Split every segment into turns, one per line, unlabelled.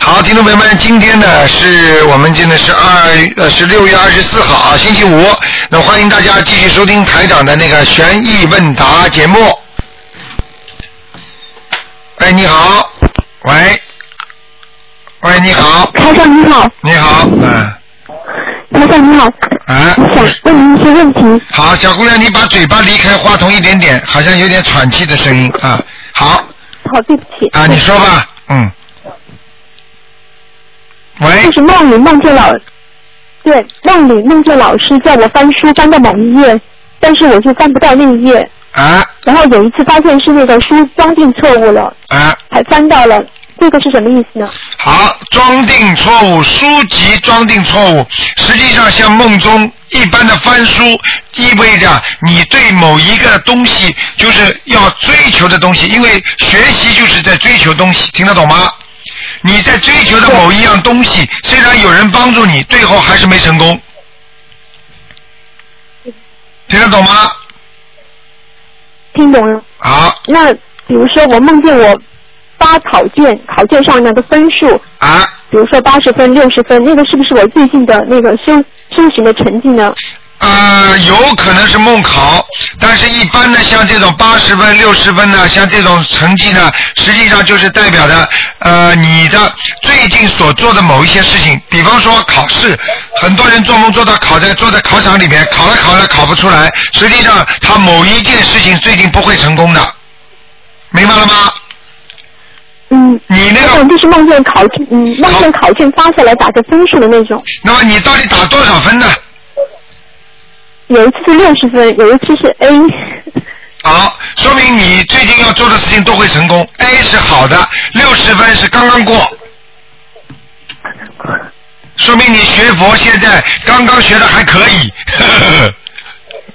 好，听众朋友们，今天呢是我们今天是二呃是六月二十四号啊，星期五。那欢迎大家继续收听台长的那个悬疑问答节目。哎，你好，喂，喂，你好，
台长您好，
你好，嗯，
台长您好，
哎
我，想问您一些问题。
好，小姑娘，你把嘴巴离开话筒一点点，好像有点喘气的声音啊。好
好，对不起，
啊，你说吧，嗯。喂
就，是梦里梦见老，对，梦里梦见老师叫我翻书，翻到某一页，但是我就翻不到那一页。
啊
然后有一次发现是那个书装订错误了，
啊，
还翻到了，这个是什么意思呢？
好，装订错误，书籍装订错误，实际上像梦中一般的翻书，意味着你对某一个东西就是要追求的东西，因为学习就是在追求东西，听得懂吗？你在追求的某一样东西，虽然有人帮助你，最后还是没成功，听得懂吗？
听懂了？
好
那比如说我梦见我发考卷，考卷上那个分数，
啊，
比如说八十分、六十分，那个是不是我最近的那个修修行的成绩呢？
呃，有可能是梦考，但是一般的像这种八十分、六十分呢，像这种成绩呢，实际上就是代表着呃你的最近所做的某一些事情，比方说考试，很多人做梦做到考在坐在考场里面，考了考了考不出来，实际上他某一件事情最近不会成功的，明白了吗？
嗯，
你那
那
个
种就是梦见考卷，嗯，梦见考卷发下来打个分数的那种。
那么你到底打多少分呢？
有一次是六十分，有一次是 A。
好，说明你最近要做的事情都会成功。A 是好的，六十分是刚刚过，说明你学佛现在刚刚学的还可以，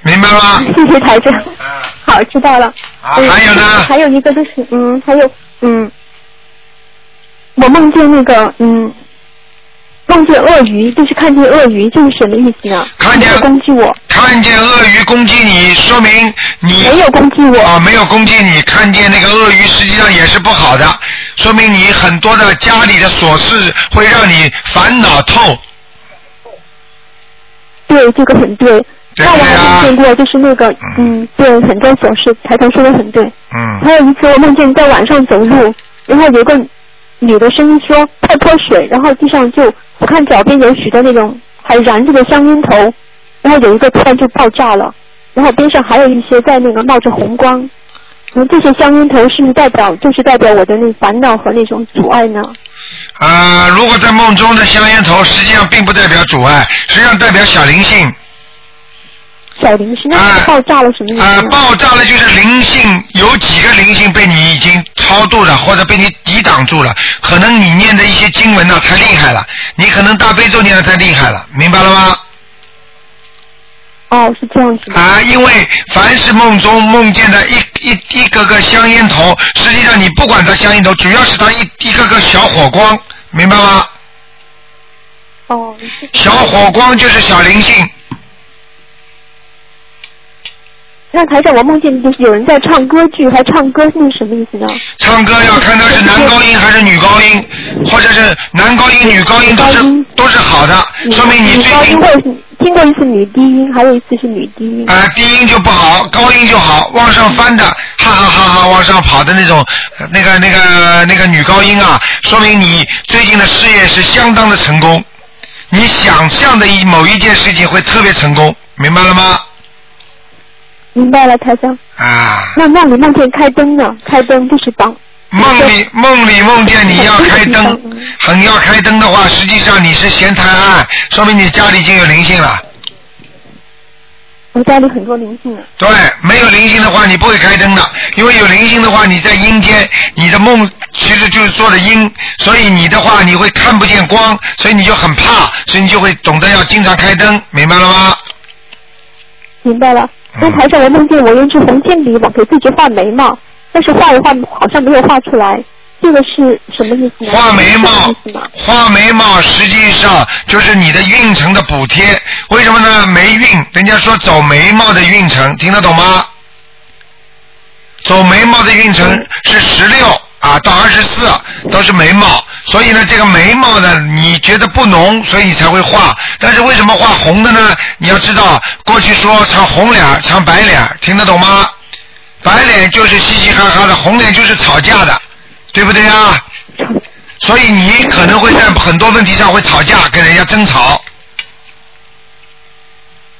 明白吗？
谢谢台长。 好，知道了。
啊
嗯
还有呢
还有一个就是，嗯，还有，嗯，我梦见那个，嗯，梦见鳄鱼，就是看见鳄鱼，这是什么意思呢？
看见
没有攻击我，
看见鳄鱼攻击你，说明你
没有攻击我。
嗯啊，没有攻击你，看见那个鳄鱼实际上也是不好的，说明你很多的家里的琐事会让你烦恼透。
对，这个很对。
对
那我还
对啊
梦见过，就是那个，
嗯
嗯，对，很多琐事，台长说的很对。
嗯，
还有一次，我梦见在晚上走路，然后有个女的声音说快泼水，然后地上就我看脚边有许多那种还燃着的香烟头，然后有一个突然就爆炸了，然后边上还有一些在那个冒着红光。然后这些香烟头是不是代表就是代表我的那烦恼和那种阻碍呢？
啊，如果在梦中的香烟头，实际上并不代表阻碍，实际上代表小灵性。
小林是那这
啊
个爆炸了什么意
啊、
思呢？
爆炸了就是灵性，有几个灵性被你已经超度了，或者被你抵挡住了。可能你念的一些经文呢、太厉害了，你可能大悲咒念的太厉害了，明白了吗？
哦，是这样子的。
啊，因为凡是梦中梦见的一一一个个香烟头，实际上你不管它香烟头，主要是它一一个个小火光，明白吗？
哦，是
小火光就是小灵性，
那台长，我梦见就是有人在唱歌剧，还唱歌，那是什么意思呢？
唱歌要看它是男高音还是女高音，或者是男高音、女高音都
女高
是
音
都是好的，说明你
女
最
高
近
音或者是听过一次女低音，还有一次是女低音。
啊，低音就不好，高音就好，往上翻的，哈哈哈哈往上跑的那种，呃那个那个那个女高音啊，说明你最近的事业是相当的成功，你想象的一某一件事情会特别成功，明白了吗？
明白了，台长。
啊，
那梦里梦见开灯呢？开灯就是帮。
梦里梦里梦见你要开灯
嗯，
很要开灯的话，实际上你是嫌太暗，说明你家里已经有灵性了。
我家里很多灵性呢。啊
对，没有灵性的话，你不会开灯的，因为有灵性的话，你在阴间，你的梦其实就是做的阴，所以你的话你会看不见光，所以你就很怕，所以你就会懂得要经常开灯，明白了吗？
明白了。
嗯
那台长，我梦见我用支红铅笔我给自己画眉毛，但是画一画好像没有画出来，这个是什么意思呢？
画眉毛
嗯是什么意思呢，
画眉毛实际上就是你的运程的补贴，为什么呢？霉运，人家说走眉毛的
嗯
运程，听得懂吗？走眉毛的运程是十六啊到二十四都是眉毛，所以呢这个眉毛呢你觉得不浓，所以你才会画。但是为什么画红的呢？你要知道，过去说唱红脸儿唱白脸儿，听得懂吗？白脸就是嘻嘻哈哈的，红脸就是吵架的，对不对啊？所以你可能会在很多问题上会吵架，跟人家争吵。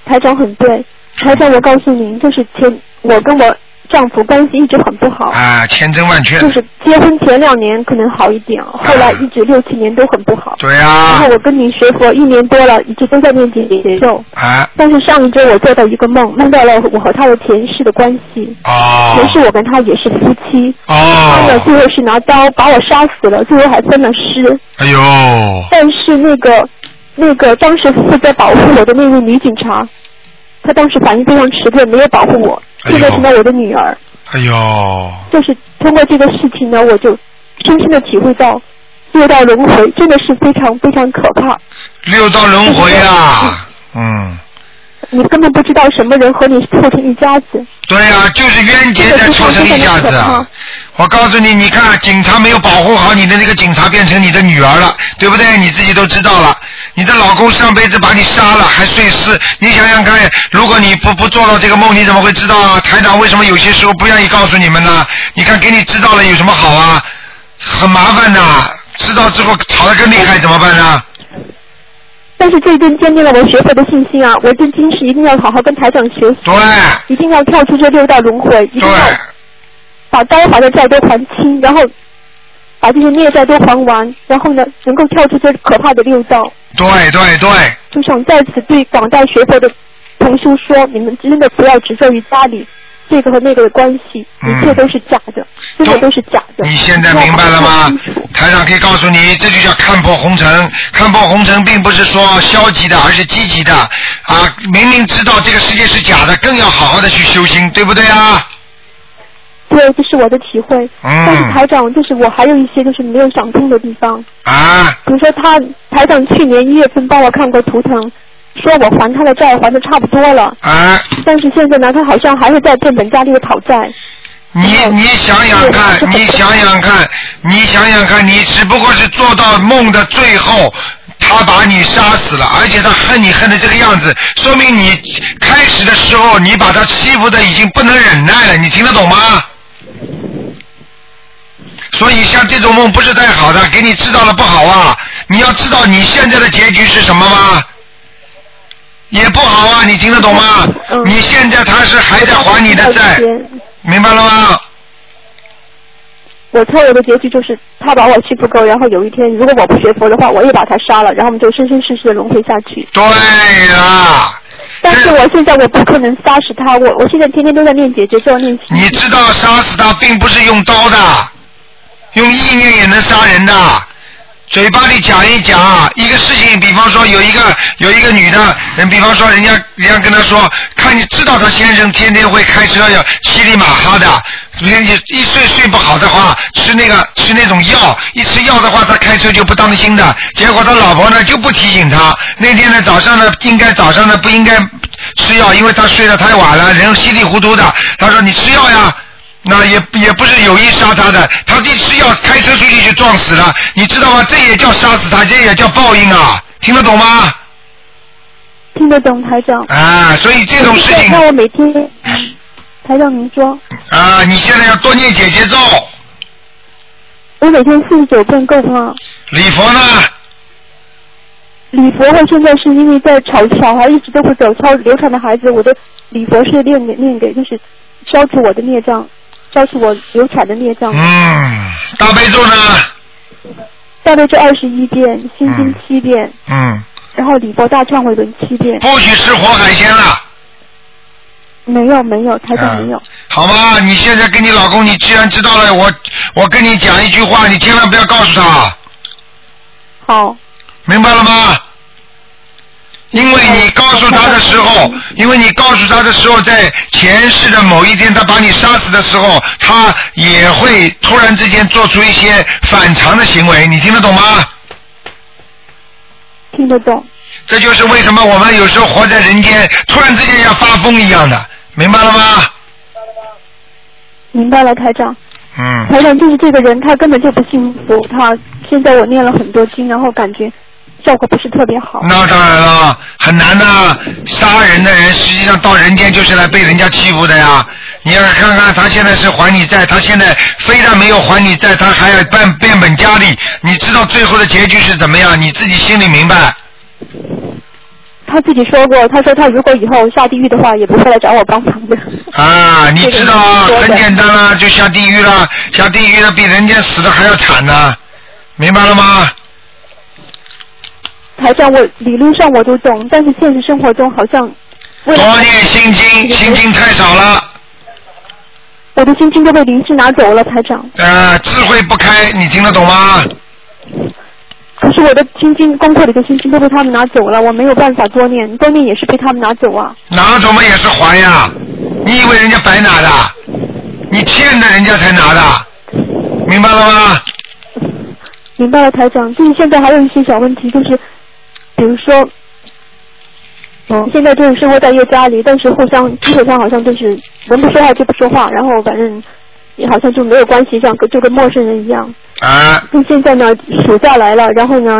台长很对，台长，我告诉您，就是前我跟我丈夫关系一直很不好，
啊，千真万确。
哦就是结婚前两年可能好一点，后来一直六七年都很不好。
对啊
然
呀
后、我跟您学佛一年多了，一直都在念经解咒。
啊，
但是上一周我做到一个梦，梦到了我和他的前世的关系，前世
哦，
我跟他也是夫妻，他呢
哦，
最后是拿刀把我杀死了，最后还分了尸。
哎呦，
但是那个那个当时负责保护我的那位女警察，她当时反应非常迟钝，没有保护我，
哎
现在
呦
成了我的女儿。
哎呦，
就是通过这个事情呢，我就深深的体会到六道轮回真的是非常非常可怕，
六道轮回啊，嗯，
你根本不知道什么人和你凑成一家子。
对呀、就是冤结在凑成一家子啊。我告诉你，你看警察没有保护好你的那个警察变成你的女儿了，对不对？你自己都知道了。你的老公上辈子把你杀了，还碎尸，你想想看，如果你不不做到这个梦，你怎么会知道啊？台长为什么有些时候不愿意告诉你们呢？你看给你知道了有什么好啊？很麻烦的、知道之后吵得更厉害怎么办呢？
但是这一顿坚定了我学佛的信心啊！我这今世一定要好好跟台长学习，
对
一定要跳出这六道轮回，一定
对
要把该还的债都还清，然后把这些孽债都还完，然后呢，能够跳出这可怕的六道。
对对对，
就想在此对广大学佛的同修说，你们真的不要执着于家里这个和那个的关系，
嗯
一切都是假的，真的都是假的。
你现在明白了
要把它
吗
看清楚？
台长可以告诉你，这就叫看破红尘。看破红尘并不是说消极的，而是积极的。啊，明明知道这个世界是假的，更要好好的去修心，对不对啊？
对，这是我的体会。但是
嗯。
台长，就是我还有一些就是没有想通的地方，
啊，
比如说他台长去年一月份帮我看过图腾，说我还他的债还的差不多了，
啊，
但是现在呢，他好像还是在变本加厉的讨债。
你你想想看，你想想看，你想想看，你只不过是做到梦的最后，他把你杀死了，而且他恨你恨的这个样子，说明你开始的时候你把他欺负的已经不能忍耐了，你听得懂吗？所以像这种梦不是太好的，给你知道了不好啊！你要知道你现在的结局是什么吗？也不好啊，你听得懂吗？
嗯
你现在他是还在还你的债，明白了吗？
我猜我的结局就是他把我气不够，然后有一天如果我不学佛的话，我也把他杀了，然后我们就生生世世的轮回下去。
对啦，
但是我现在我不可能杀死他，我我现在天天都在念姐姐咒念心
你
经，
知道杀死他并不是用刀的，用意念也能杀人的。嘴巴里讲一讲啊一个事情，比方说有一个有一个女的，嗯比方说人家人家跟她说，看你知道她先生天天会开车要稀里马哈的，天天一睡睡不好的话，吃那个吃那种药，一吃药的话他开车就不当心的，结果他老婆呢就不提醒他，那天呢早上呢应该早上呢不应该吃药，因为他睡得太晚了，人稀里糊涂的，他说你吃药呀。那也也不是有意杀他的，他一吃药开车出去就撞死了，你知道吗？这也叫杀死他，这也叫报应啊！听得懂吗？
听得懂台长？
啊，所以这种事
那
情嗯
我每天，台长您说，
啊，你现在要多念姐姐咒，
我每天四十九遍够吗？
礼佛呢？
礼佛，我现在是因为在吵小孩一直都不走，超流产的孩子，我的礼佛是念给念给，就是消除我的孽障，消除我流产的孽障。
嗯，大悲咒呢？
大悲咒二十一遍，心经
嗯
七遍，
嗯，
然后礼佛大忏悔文七遍。
不许吃活海鲜了。
没有没有，台长没有
嗯。好吗？你现在跟你老公，你既然知道了，我我跟你讲一句话，你千万不要告诉他，
好，
明白了吗？因为你告诉他的时候，因为你告诉他的时候，在前世的某一天，他把你杀死的时候，他也会突然之间做出一些反常的行为，你听得懂吗？
听得懂。
这就是为什么我们有时候活在人间，突然之间像发疯一样的，明白了吗？
明白了，台长。
嗯，
台长就是这个人，他根本就不幸福。他现在我念了很多经，然后感觉效果不是特别好。
那当然了，很难的。杀人的人实际上到人间就是来被人家欺负的呀。你要是看看他现在是还你债，他现在非但没有还你债，他还要变变本加厉。你知道最后的结局是怎么样？你自己心里明白。
他自己说过，他说他如果以后下地狱的话，也不会来找我帮忙的。
啊，你知道啊
这个是你说的
很简单啦，就下地狱啦，下地狱了比人家死的还要惨呢、明白了吗？
台长，我理论上我都懂，但是现实生活中好像为了
多念心
嗯
经，心经太少了，
我的心经都被灵芝拿走了，台长。
呃，智慧不开，你听得懂吗？
可是我的心经功课里的心经都被他们拿走了，我没有办法多念，多念也是被他们拿走啊。
拿走嘛也是还呀，你以为人家白拿的？你欠的人家才拿的，明白了吗？
明白了，台长。就是现在还有一些小问题，就是比如说，哦
嗯
现在就是生活在一个家里，但是互相基本上好像就是人不说话就不说话，然后反正也好像就没有关系，像跟就跟陌生人一样。
啊，
那现在呢，暑假来了，然后呢，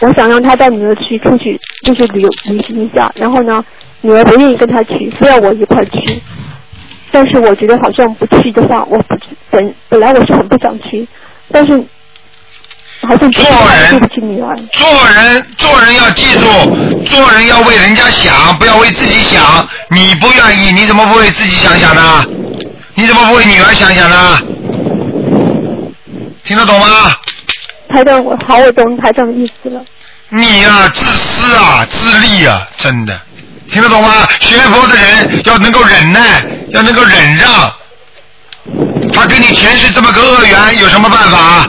我想让他带女儿去出去，就是旅游旅行一下。然后呢，女儿不愿意跟他去，非要我一块儿去。但是我觉得好像不去的话，我不本本来我是很不想去，但是好像不
做人
对不起女儿。
做人做人要记住，做人要为人家想，不要为自己想。你不愿意，你怎么不为自己想想呢？你怎么不为女儿想想呢？听得懂吗？
台长，我好，我懂台长的意思了。
你呀、自私啊，自利啊，真的，听得懂吗？学佛的人要能够忍耐，要能够忍让。他给你钱是这么个恶缘，有什么办法？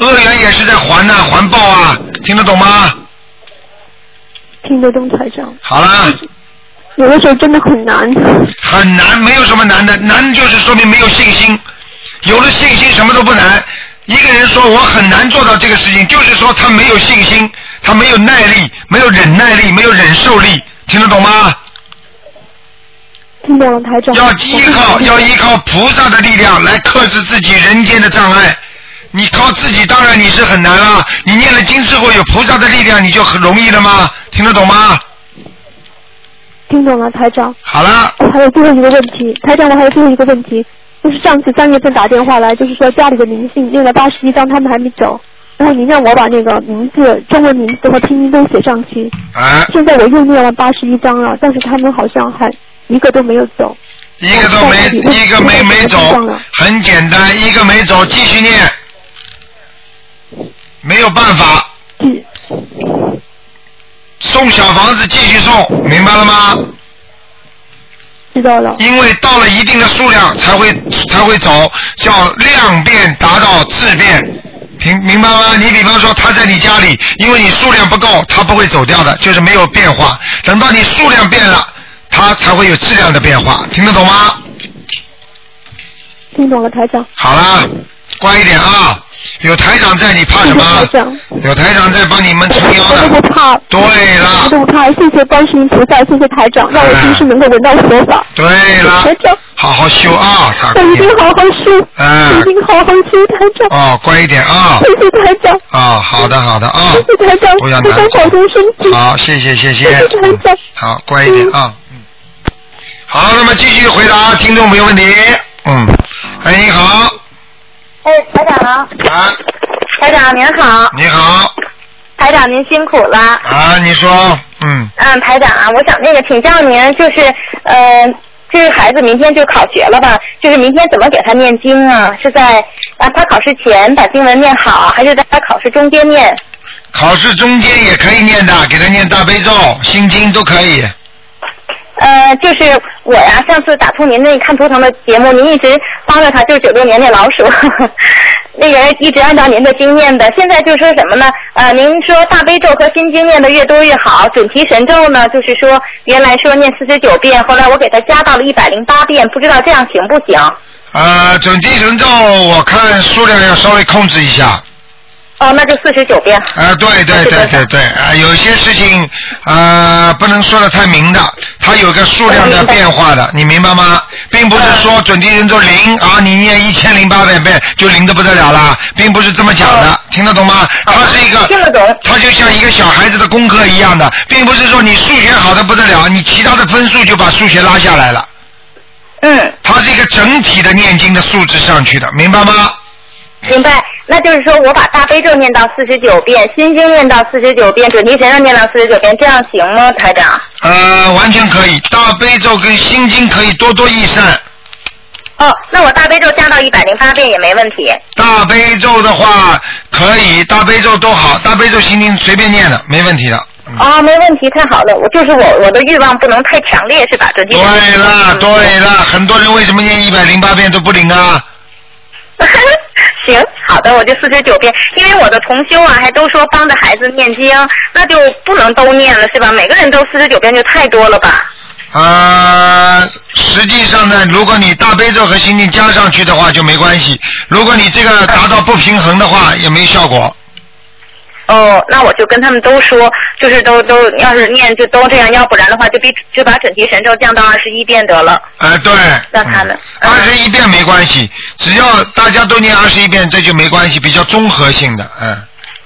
恶缘也是在还呐、还报啊，听得懂吗？
听得懂台长，
好啦，
有的时候真的很难。
很难，没有什么难的，难就是说明没有信心。有了信心，什么都不难。一个人说我很难做到这个事情，就是说他没有信心，他没有耐力，没有忍耐力，没有忍受力，听得懂吗？
听懂了，台长。
要依靠要依靠菩萨的力量来克制自己人间的障碍。你靠自己，当然你是很难了。你念了经之后，有菩萨的力量，你就很容易了吗？听得懂吗？
听懂了，台长。
好了，
我还有最后一个问题，台长，我还有最后一个问题，就是上次三月份打电话来，就是说家里的明信那个八十一张他们还没走，然后您让我把那个名字、中文名字和拼音都写上去，
啊，
现在我又念了八十一张了，但是他们好像还一个都没有走，
一个都没，一个没没走，很简单，一个没走，继续念，没有办法，
嗯
送小房子继续送，明白了吗？
知道了，
因为到了一定的数量才会才会走，叫量变达到质变。明明白吗？你比方说他在你家里，因为你数量不够，他不会走掉的，就是没有变化。等到你数量变了，他才会有质量的变化，听得懂吗？
听懂了，台长，
好啦，乖一点啊！有台长在，你怕
谢
什
谢台
么？
长。
有台长在帮你们撑腰
我都
的
不。怕，
对
我都
了，
不怕，谢谢观世音菩萨，谢谢台长，让我今世能够闻到佛法。
对
台
了，
长，
好好修啊，傻
我
姑
一定
娘。
好好修，我
嗯
一，定好好修，台长。
哦，乖一点啊！
谢谢台长，
啊，好的，好的啊。
谢谢台长，
不要
台
难
长
过
保重身体，
好，谢谢谢谢
谢谢，台长。
好，乖一点啊。嗯。好，那么继续回答听众朋友问题。嗯，哎，你好，
哎，台长，
啊，
台长您好，
你好，
台长您辛苦了。
啊，你说，嗯，
嗯，台长啊，我想那个请教您，就是呃，这个孩子明天就考学了吧？就是明天怎么给他念经啊？是在啊他考试前把经文念好，还是在他考试中间念？
考试中间也可以念的，给他念大悲咒、心经都可以。
呃，就是我呀、上次打通您那看图腾的节目，您一直帮着他，就是九六年那老鼠，那个人一直按照您的经验的。现在就说什么呢？呃，您说大悲咒和心经念的越多越好，准提神咒呢，就是说原来说念四十九遍，后来我给他加到了一百零八遍，不知道这样行不行？
啊呃，准提神咒我看数量要稍微控制一下，
哦，那就四十九遍。
啊，对对对对对，啊，有些事情啊不能说的太明的，它有个数量的变化的，你明白吗？并不是说准提人咒零啊，你念一千零八百遍就灵的不得了啦，并不是这么讲的，听得懂吗？它是一个，
听得懂
它嗯就像一个小孩子的功课一样的，并不是说你数学好的不得了，你其他的分数就把数学拉下来了，
嗯，
它是一个整体的念经的素质上去的，明白吗？
明白。那就是说我把大悲咒念到四十九遍，心经念到四十九遍，准提神咒念到四十九遍，这样行吗，台长？
呃，完全可以，大悲咒跟心经可以多多益善。
哦，那我大悲咒加到一百零八遍也没问题。
大悲咒的话可以，大悲咒都好，大悲咒心经随便念的，没问题的。嗯
啊、没问题，太好了。我就是我我的欲望不能太强烈，是吧？准提神咒
对了，对了，很多人为什么念一百零八遍都不灵啊？
行，好的，我就四十九遍，因为我的同修啊，还都说帮着孩子念经，那就不能都念了，是吧？每个人都四十九遍就太多了吧？
呃，实际上呢，如果你大悲咒和心经加上去的话就没关系，如果你这个达到不平衡的话也没效果。
哦，那我就跟他们都说，就是都都要是念就都这样，要不然的话就比就把准提神咒降到二十一遍得了。
呃，对。嗯
那他们
二十一遍没关系，只要大家都念二十一遍，这就没关系，比较综合性的，嗯。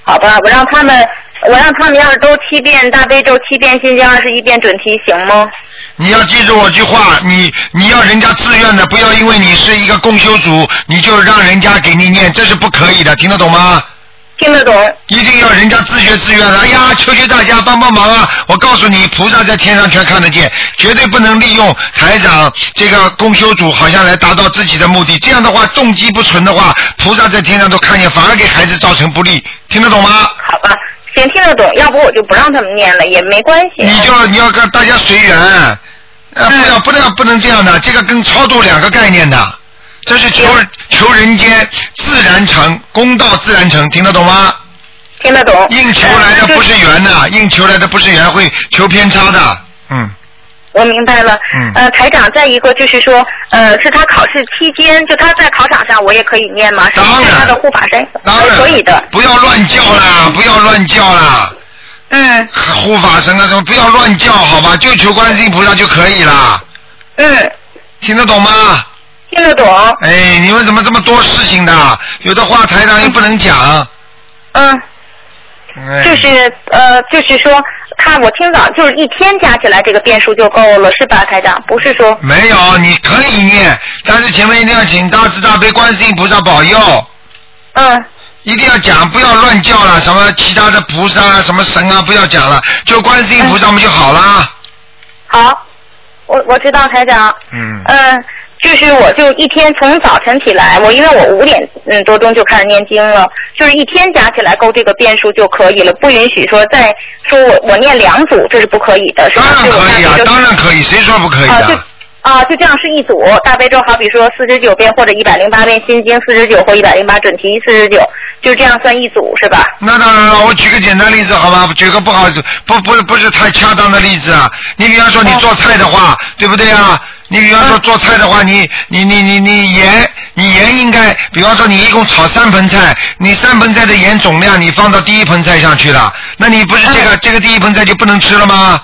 好吧，我让他们，我让他们要是都七遍大悲咒七遍心经二十一遍准提行吗？
你要记住我句话，你你要人家自愿的，不要因为你是一个共修组，你就让人家给你念，这是不可以的，听得懂吗？
听得懂？
一定要人家自觉自愿。哎呀，求求大家帮帮忙啊！我告诉你，菩萨在天上全看得见，绝对不能利用台长这个共修组好像来达到自己的目的。这样的话，动机不纯的话，菩萨在天上都看见，反而给孩子造成不利，听得懂吗？
好吧，行，听得懂。要不我就不让他们念了，也没关系。
你就你要跟大家随缘，
嗯
呃，不要不能不能这样的，这个跟超度两个概念的，这是求求人间自然成，公道自然成，听得懂吗？
听得懂。
硬求来的
嗯
不是缘呐，硬求来的不是缘，会求偏差的，嗯，
我明白了。
嗯
呃，台长，再一个就是说，呃，是他考试期间，就他在考场上，我也可以念吗？是
当然
是他的护法神，
当然
可以的。
不要乱叫啦，不要乱叫啦，
嗯
护法神啊什么不要乱叫，好吧，就求观世音菩萨就可以啦，
嗯，
听得懂吗？
听得懂。
哎，你们怎么这么多事情的？有的话台长又不能讲。
嗯，
哎
就是呃，就是说，他我听到就是一天加起来这个变数就够了，是吧，台长？不是说，
没有，你可以念，但是前面一定要请大慈大悲观世音菩萨保佑，
嗯
一定要讲，不要乱叫了，什么其他的菩萨啊，什么神啊，不要讲了，就观世音菩萨我们就好啦。
好，我我知道台长。
嗯
嗯，就是我就一天从早晨起来，我因为我五点嗯多钟就开始念经了，就是一天加起来够这个遍数就可以了，不允许说再说我我念两组，这是不可以的，是吧
当？然
就我
可以啊
看，就
当然可以，谁说不可以
啊就
的？
啊，就这样是一组大悲咒，好比说四十九遍或者一百零八遍心经四十九或一百零八准提四十九，就这样算一组是吧？
那当然了，我举个简单例子好吧，举个不好不不不是太恰当的例子啊。你比方说你做菜的话，对不对啊？你比方说做菜的话，你你你你你盐，你盐应该，比方说你一共炒三盆菜，你三盆菜的盐总量你放到第一盆菜上去了，那你不是这个、这个第一盆菜就不能吃了吗？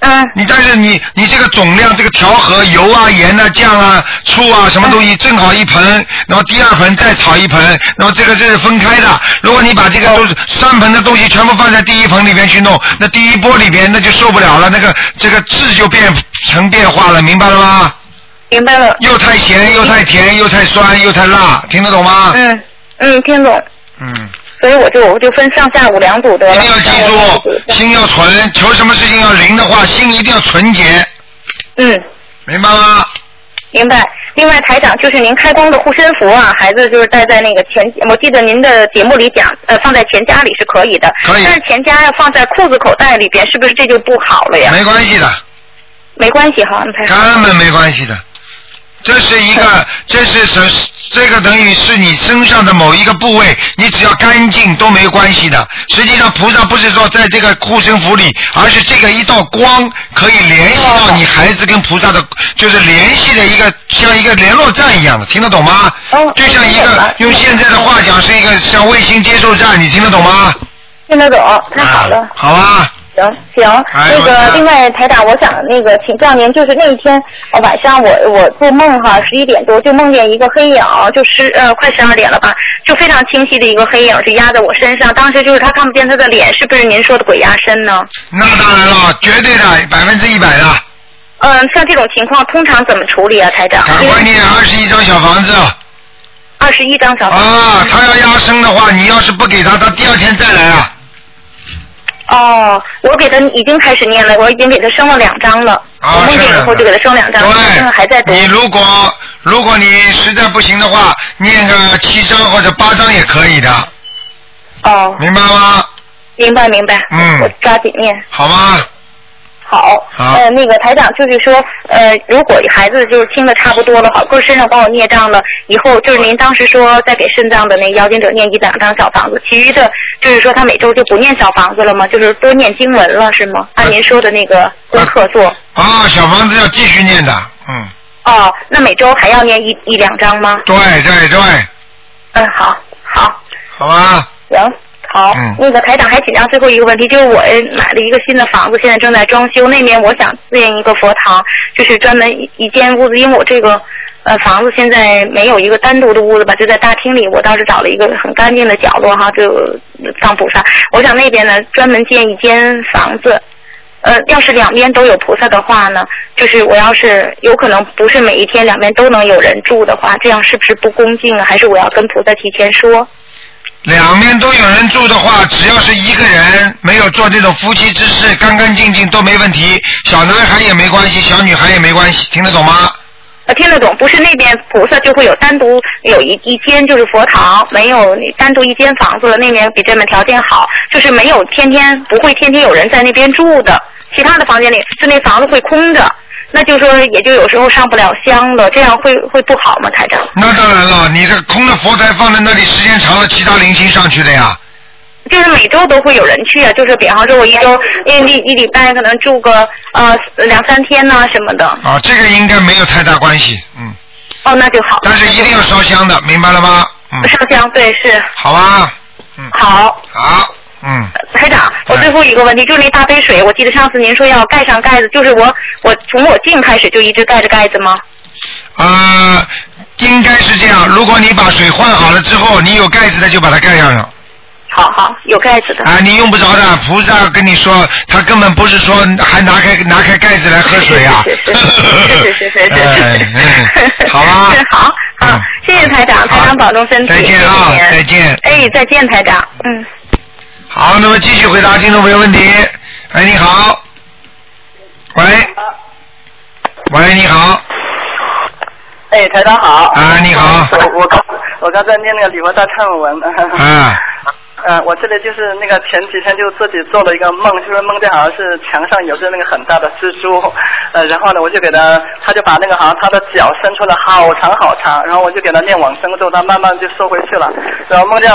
嗯
你但是你你这个总量这个调和油啊盐啊酱啊醋啊什么东西正好一盆，然后第二盆再炒一盆，然后这个这是分开的。如果你把这个都是三盆的东西全部放在第一盆里边去弄，那第一波里边那就受不了了，那个这个质就变成变化了，明白了吗？
明白了。
又太咸又太甜又太酸又太辣，听得懂吗？
嗯嗯，听懂。
嗯，
所以我就我就分上下午两组得了。
一定要记
上午两组
住，心要纯，求什么事情要灵的话，心一定要纯洁，
嗯。
明白吗？
明白。另外，台长就是您开光的护身符啊，孩子就是戴在那个前，我记得您的节目里讲，呃，放在钱夹里是可以的，
可以
但是钱夹要放在裤子口袋里边，是不是这就不好了呀？
没关系的。
哎没关系哈，你台长。
根本没关系的，这是一
哎
个，这是什？这个等于是你身上的某一个部位，你只要干净都没关系的。实际上，菩萨不是说在这个护身符里，而是这个一道光可以联系到你孩子跟菩萨的，就是联系的一个像一个联络站一样的，听得懂吗？
哦
就像一
听得懂
个
了
用现在的话讲是一个像卫星接收站，你听得懂吗？
听得懂，太好了
啊。好吧，
行行，
哎
那
我知道
个另外台长，我想那个请教您，就是那一天、呃晚上我我做梦哈，十一点多就梦见一个黑影，就十呃快十二点了吧，就非常清晰的一个黑影就压在我身上，当时就是他看不见他的脸，是不是您说的鬼压身呢？
那当然了，绝对的，百分之一百的。
嗯，像这种情况通常怎么处理啊，台长？
赶
因
快
为
念二十一张小房子
二十一张小房
啊！他要压生的话，你要是不给他，他第二天再来啊。
哦，我给他已经开始念了，我已经给他升了两张了。
啊，
我梦
是
见以
的
后就给他升两张，现在还在读
对，。你如果如果你实在不行的话，念个七张或者八张也可以的，
哦，
明白吗？
明白明白。
嗯
我抓紧念。
好吗？
好，
好
呃，那个台长就是说，呃，如果孩子就是听的差不多了，好，或者身上帮我孽障了，以后就是您当时说再给肾脏的那妖精者念一两张小房子，其余的就是说他每周就不念小房子了吗？就是多念经文了是吗？按您说的那个功课做。
啊，小房子要继续念的，嗯，
哦，那每周还要念一一两张吗？
对对对，
嗯，好，好，
好吧，
行。好，
嗯
那个台长还请教最后一个问题，就是我呃买了一个新的房子，现在正在装修，那边我想建一个佛堂，就是专门一一间屋子，因为我这个呃房子现在没有一个单独的屋子吧，就在大厅里，我倒是找了一个很干净的角落哈，就放菩萨。我想那边呢专门建一间房子，呃，要是两边都有菩萨的话呢，就是我要是有可能不是每一天两边都能有人住的话，这样是不是不恭敬啊？还是我要跟菩萨提前说？
两面都有人住的话，只要是一个人没有做这种夫妻之事，干干净净都没问题，小男孩也没关系，小女孩也没关系，听得懂吗？
呃，听得懂，不是那边菩萨就会有单独有一一间就是佛堂，没有你单独一间房子了，那边比这边条件好，就是没有天天不会天天有人在那边住的，其他的房间里就那房子会空着，那就说也就有时候上不了香了，这样会会不好吗，台长？
那当然了，你这空的佛台放在那里时间长了，其他灵性上去的呀。
就是每周都会有人去啊，就是比方说我一周一礼一礼拜可能住个呃两三天呐、什么的，
啊，这个应该没有太大关系，嗯，
哦那就好，
但是一定要烧香的，明白了吗？嗯，
上香对是
好吧，嗯，
好。
好，嗯，
台长，我
哎
最后一个问题就是那大杯水，我记得上次您说要盖上盖子，就是我我从我进开始就一直盖着盖子吗？
呃，应该是这样。如果你把水换好了之后，你有盖子的就把它盖上了。
好好，有盖子的。
啊，你用不着的，菩萨跟你说，他根本不是说还拿开拿开盖子来喝水啊。
是是是是是是是
哎嗯
是，
好啊
是好，好
嗯，
谢谢台长，台
好
长保重身体，
再见啊
谢谢您
再见
哎，再见，台长，嗯。
好，那么继续回答听众朋友问题。哎，你好。喂。喂，你好。
哎，台长好。
啊你好
我我刚我刚在念那个礼佛大忏文。
啊。
呃，我这里就是那个前几天就自己做了一个梦，就是梦见好像是墙上有着那个很大的蜘蛛，呃，然后呢，我就给他，他就把那个好像他的脚伸出来好长好长，然后我就给他念往生咒，他慢慢就收回去了。然后梦见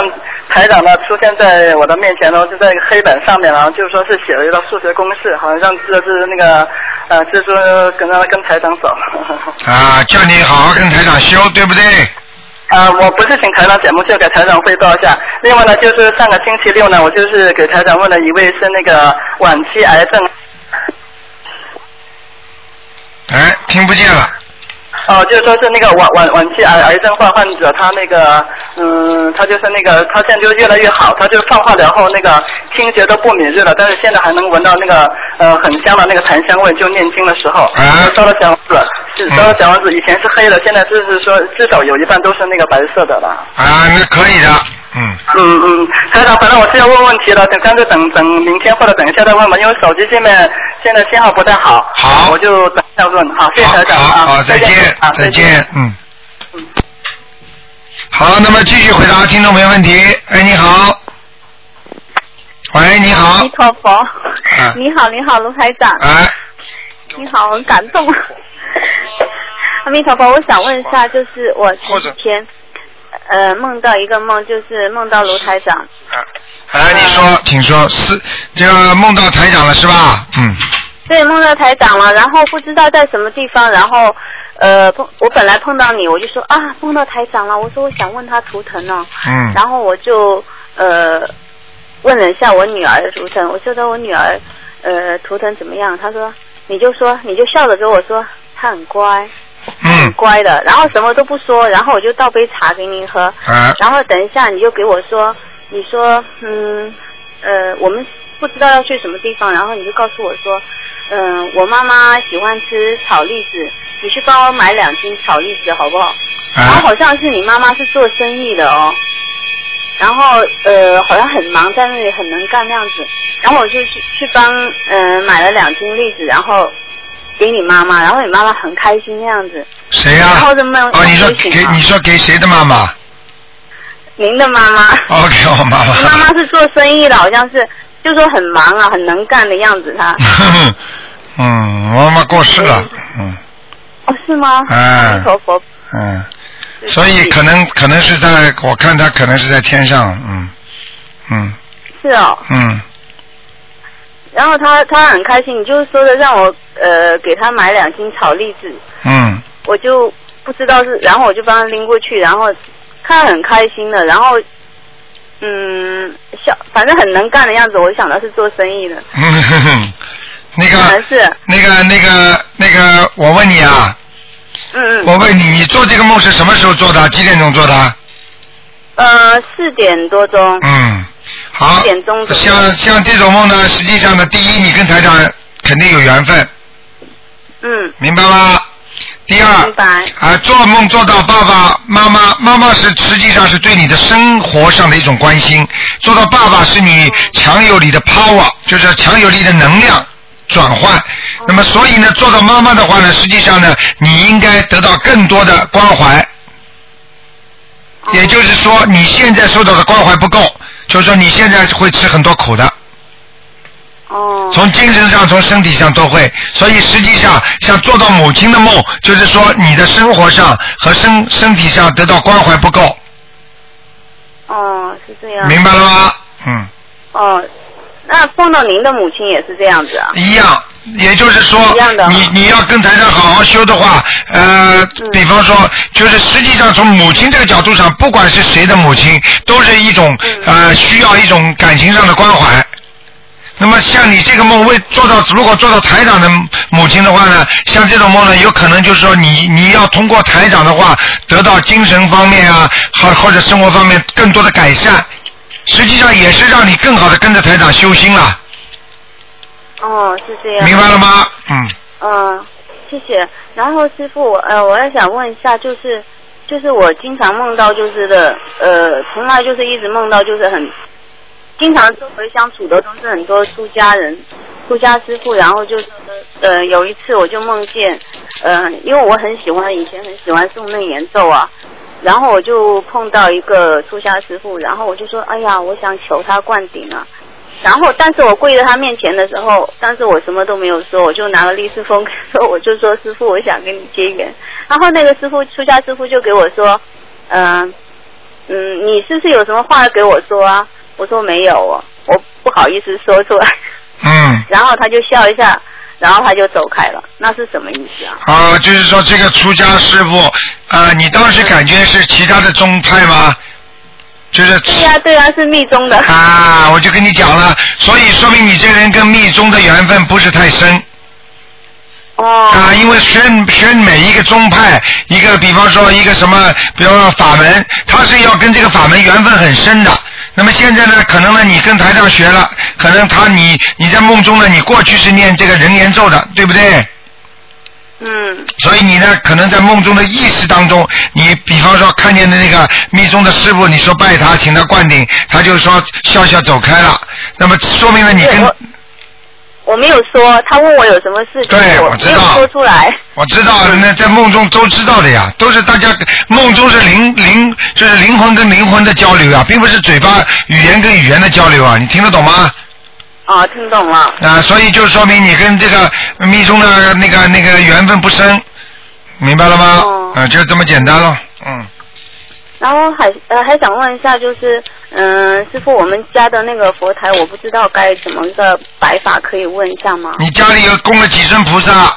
台长呢出现在我的面前，然后就在一个黑板上面，然后就说是写了一道数学公式，好像让这只那个呃蜘蛛跟让它跟台长走。
啊，叫你好好跟台长修，对不对？
呃，我不是请台长节目，就给台长汇报一下。另外呢，就是上个星期六呢，我就是给台长问了一位是那个晚期癌症，
哎，听不见了。
哦、就是说是那个晚晚晚期癌癌症患患者，他那个嗯，他就是那个他现在就越来越好，他就是放化疗后那个听觉都不敏锐了，但是现在还能闻到那个呃很香的那个檀香味，就念经的时候，
啊
烧了小王子，是
嗯
烧了小王子，以前是黑的，现在就是说至少有一半都是那个白色的了。
啊，那可以的，嗯。
嗯嗯，台长，反正我是要问问题了，等干脆等等明天或者等一下再问吧，因为手机现在现在信号不太好。
好
我就等一下问。好，谢谢台长
好
啊，
好好，再见
啊，，
再见，嗯。好，那么继续回答听众朋友问题。哎，你好。喂，你好
弥。陀佛，
啊
你好，你好，卢台长，
哎，
你好，很感动。阿弥陀佛，我想问一下，就是我
或
前
者
几天呃梦到一个梦，就是梦到卢台长，呃
啊，哎，你说，请说，是这个梦到台长了是吧？嗯，
对，梦到台长了，然后不知道在什么地方，然后呃碰我本来碰到你，我就说啊梦到台长了，我说我想问他图腾呢，
嗯
然后我就呃问了一下我女儿的图腾，我就说我女儿呃图腾怎么样？她说你就说你就笑着给我说她很乖，很
嗯，
乖的，然后什么都不说，然后我就倒杯茶给你喝，
啊，
然后等一下你就给我说，你说嗯呃我们不知道要去什么地方，然后你就告诉我说，嗯、我妈妈喜欢吃炒栗子，你去帮我买两斤炒栗子好不好？然后
啊，
好像是你妈妈是做生意的哦，然后呃好像很忙，在那里很能干那样子。然后我就去去帮嗯、呃、买了两斤栗子，然后给你妈妈，然后你妈妈很开心那样子。
谁呀、
然后就梦
哦，你说
梦清
给
醒了
你说给谁的妈妈？
您的妈妈，
哦，给我妈
您嗯
妈。
妈妈是做生意的，好像是就说很忙啊，很能干的样 子。她
嗯，我妈妈过世了，嗯
哦是吗？
哎
阿弥陀佛，
嗯，所以可能可能是在，我看她可能是在天上，嗯嗯
是哦。
嗯，
然后她她很开心，你就是说的让我呃给她买两斤炒栗子，
嗯，
我就不知道是，然后我就帮他拎过去，然后看很开心的，然后嗯，笑，反正很能干的样子，我就想到是做生意的，
嗯哼哼，那
可能
个
是，
那个那个那个，我问你啊，
嗯嗯，
我问你，你做这个梦是什么时候做的？几点钟做的？
呃，四点多钟，
嗯，好
一点钟。左右
像像这种梦呢，实际上呢，第一，你跟台长肯定有缘分，
嗯，
明白吗？第二，
明白，
啊，做梦做到爸爸妈妈，妈妈是实际上是对你的生活上的一种关心，做到爸爸是你强有力的 power，就是强有力的能量转换。那么所以呢，做到妈妈的话呢，实际上呢，你应该得到更多的关怀。
嗯
也就是说，你现在受到的关怀不够，就是说你现在会吃很多苦的。
哦，
从精神上、从身体上都会。所以实际上，想做到母亲的梦，就是说你的生活上和身身体上得到关怀不够，
哦，是这样，
明白了吗？嗯，
哦，那碰到您的母亲也是这样子啊，
一样。也就是说
一样的，
你你要跟台上好好修的话，呃，
嗯
比方说，就是实际上从母亲这个角度上，不管是谁的母亲，都是一种
嗯
呃需要一种感情上的关怀。那么像你这个梦为做到，如果做到台长的母亲的话呢，像这种梦呢，有可能就是说你你要通过台长的话，得到精神方面啊，或或者生活方面更多的改善，实际上也是让你更好的跟着台长修心了，
哦，是这样，
明白了吗？嗯，
嗯，谢谢。然后师傅，我呃，我也想问一下，就是就是我经常梦到就是的，呃，从来就是一直梦到就是很，经常周围相处的都是很多出家人、出家师傅，然后就是呃，有一次我就梦见，呃，因为我很喜欢以前很喜欢诵楞严咒啊。然后我就碰到一个出家师傅，然后我就说，哎呀，我想求他灌顶啊。然后，但是我跪在他面前的时候，但是我什么都没有说，我就拿了立式风给说， 我就说师傅，我想跟你结缘。然后那个师傅出家师傅就给我说，嗯、嗯，你是不是有什么话要给我说啊？我说没有哦，我不好意思说出来。
嗯，
然后他就笑一下，然后他就走开了。那是什么意思啊？
啊，就是说这个出家师傅，啊、你当时感觉是其他的宗派吗？就是
对呀、对呀、是密宗的。
啊，我就跟你讲了，所以说明你这人跟密宗的缘分不是太深
哦
啊，因为选选每一个宗派，一个比方说一个什么，比方说法门，他是要跟这个法门缘分很深的。那么现在呢，可能呢你跟台上学了，可能他你你在梦中呢，你过去是念这个人言咒的，对不对？
嗯，
所以你呢，可能在梦中的意识当中，你比方说看见的那个密宗的师傅，你说拜他，请他灌顶，他就说笑笑走开了。那么说明了你
对
跟
哎我我没有说，他问我有什么事情，
对我知
没有
道
说出来。
我知道，那在梦中都知道的呀，都是大家梦中是灵灵，就是灵魂跟灵魂的交流啊，并不是嘴巴语言跟语言的交流啊，你听得懂吗？
哦，听懂了。
啊，所以就说明你跟这个密宗的那个那个缘分不深，明白了吗？
哦
嗯，就这么简单了。嗯，
然后还呃还想问一下，就是嗯、师傅，我们家的那个佛台，我不知道该怎么个摆法，可以问一下吗？
你家里有供了几尊菩萨？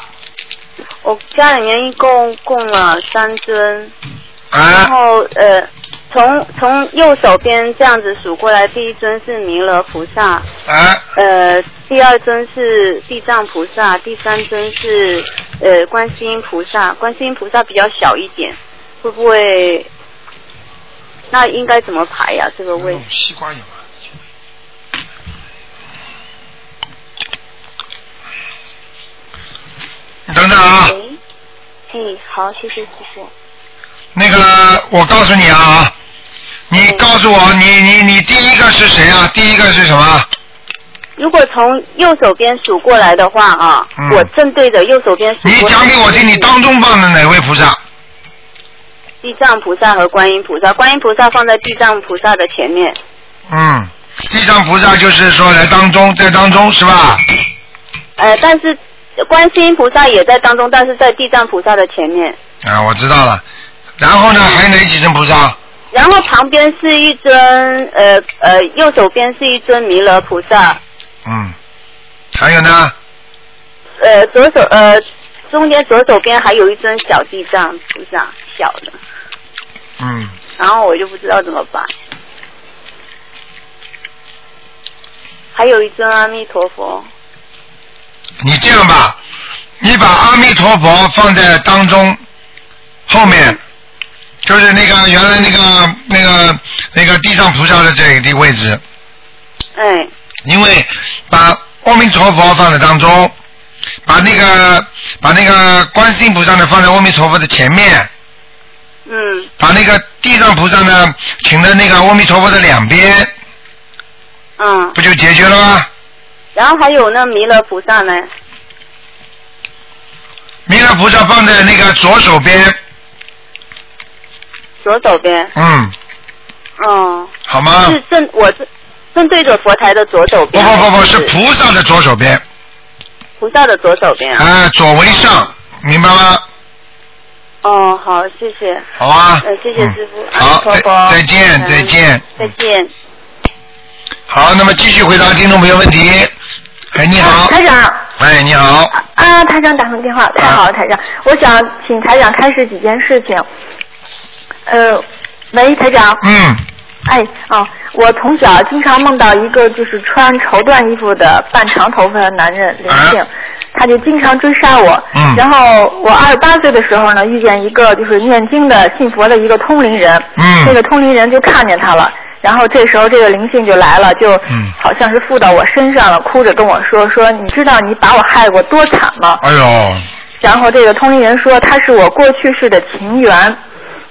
我家里面一共供了三尊，然
啊，
后呃，从从右手边这样子数过来，第一尊是弥勒菩萨，
啊，
呃，第二尊是地藏菩萨，第三尊是呃观世音菩萨，观世音菩萨比较小一点，会不会？那应该怎么排呀、这个位
嗯西瓜有啊。你等等啊，
喂，嘿，好，谢谢师傅。
那个我告诉你啊，你告诉我，你你你第一个是谁啊？第一个是什么？
如果从右手边数过来的话啊，
嗯
我正对着右手边数过来
你讲给我听，你当中放的哪位菩萨？
地藏菩萨和观音菩萨，观音菩萨放在地藏菩萨的前面。
嗯，地藏菩萨就是说在当中，在当中是吧？
呃，但是观世音菩萨也在当中，但是在地藏菩萨的前面。
啊，我知道了。然后呢，还有哪几尊菩萨？
然后旁边是一尊，呃呃，右手边是一尊弥勒菩萨，
嗯，还有呢？
呃，左手呃中间左手边还有一尊小地藏菩萨，小的。
嗯，
然后我就不知道怎么办。还有一尊阿弥陀佛，
你这样吧，你把阿弥陀佛放在当中后面，就是那个原来那个那个那个地藏菩萨的这个位置，
哎，
因为把阿弥陀佛放在当中，把那个把那个观世音菩萨呢放在阿弥陀佛的前面，
嗯
把那个地藏菩萨呢请在那个阿弥陀佛的两边，
嗯，
不就解决了吗？
然后还有那弥勒菩萨呢，
弥勒菩萨放在那个左手边，
左手边，
嗯，
嗯，
好吗？
是正我正正对着佛台的左手
不
边，
啊哦不不不，
还
是菩萨的左手边，
菩萨的左手边啊。
啊，左为上，明白吗？
哦，好，谢谢，
好啊。
呃，谢谢师傅
嗯，
阿弥
好，
陀
再
佛，
再见，
嗯
再见。
再见。
好，那么继续回答听众朋友问题。哎，你好。
啊台长
哎，你好。
啊，台长打通电话，太好了，台长，我想请台长开示几件事情。呃，喂，台长，
嗯，
哎，哦，我从小经常梦到一个就是穿绸缎衣服的半长头发的男人灵性，
啊
他就经常追杀我。
嗯
然后我二十八岁的时候呢，遇见一个就是念经的信佛的一个通灵人。
嗯
这个通灵人就看见他了。然后这时候这个灵性就来了，就
嗯
好像是附到我身上了，哭着跟我说说，你知道你把我害过多惨吗？
哎呦，
然后这个通灵人说他是我过去世的情缘。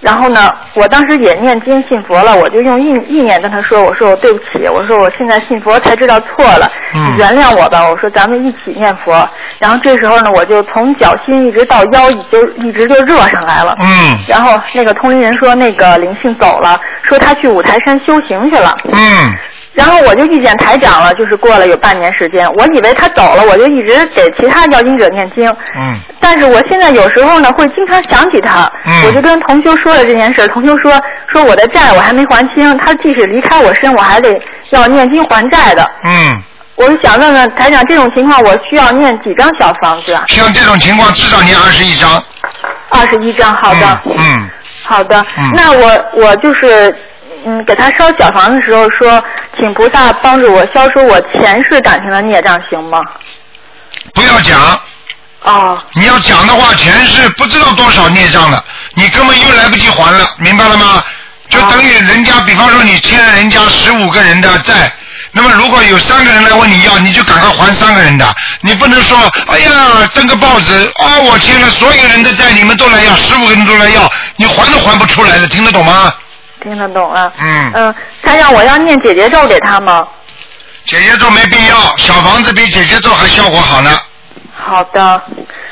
然后呢，我当时也念经信佛了，我就用意意念跟他说，我说我对不起，我说我现在信佛才知道错了，
嗯
你原谅我吧，我说咱们一起念佛。然后这时候呢，我就从脚心一直到腰，一就一直就热上来了。
嗯
然后那个通灵人说，那个灵性走了，说他去五台山修行去了。
嗯
然后我就遇见台长了，就是过了有半年时间，我以为他走了，我就一直给其他邀请者念经。
嗯
但是我现在有时候呢，会经常想起他。
嗯
我就跟同修说了这件事儿，同修说说我的债我还没还清，他即使离开我身，我还得要念经还债的。
嗯，
我就想问问台长，这种情况我需要念几张小房子啊？
像这种情况，至少你二十一张。
二十一张，好的，
嗯嗯
好的。
嗯
那我我就是嗯，给他烧小房子的时候说，请菩萨帮助我消除我前世感情的孽障，行吗？
不要讲，
哦，
你要讲的话，前世不知道多少孽障了，你根本又来不及还了，明白了吗？就等于人家，比方说你欠了人家十五个人的债，那么如果有三个人来问你要，你就赶快还三个人的，你不能说，哎呀，登个报纸啊、我欠了所有人的债，你们都来要，十五个人都来要，你还都还不出来的，听得懂吗？
听得懂啊。
嗯
嗯，台长，我要念姐姐咒给他吗？
姐姐咒没必要，小房子比姐姐咒还效果好呢。
好的，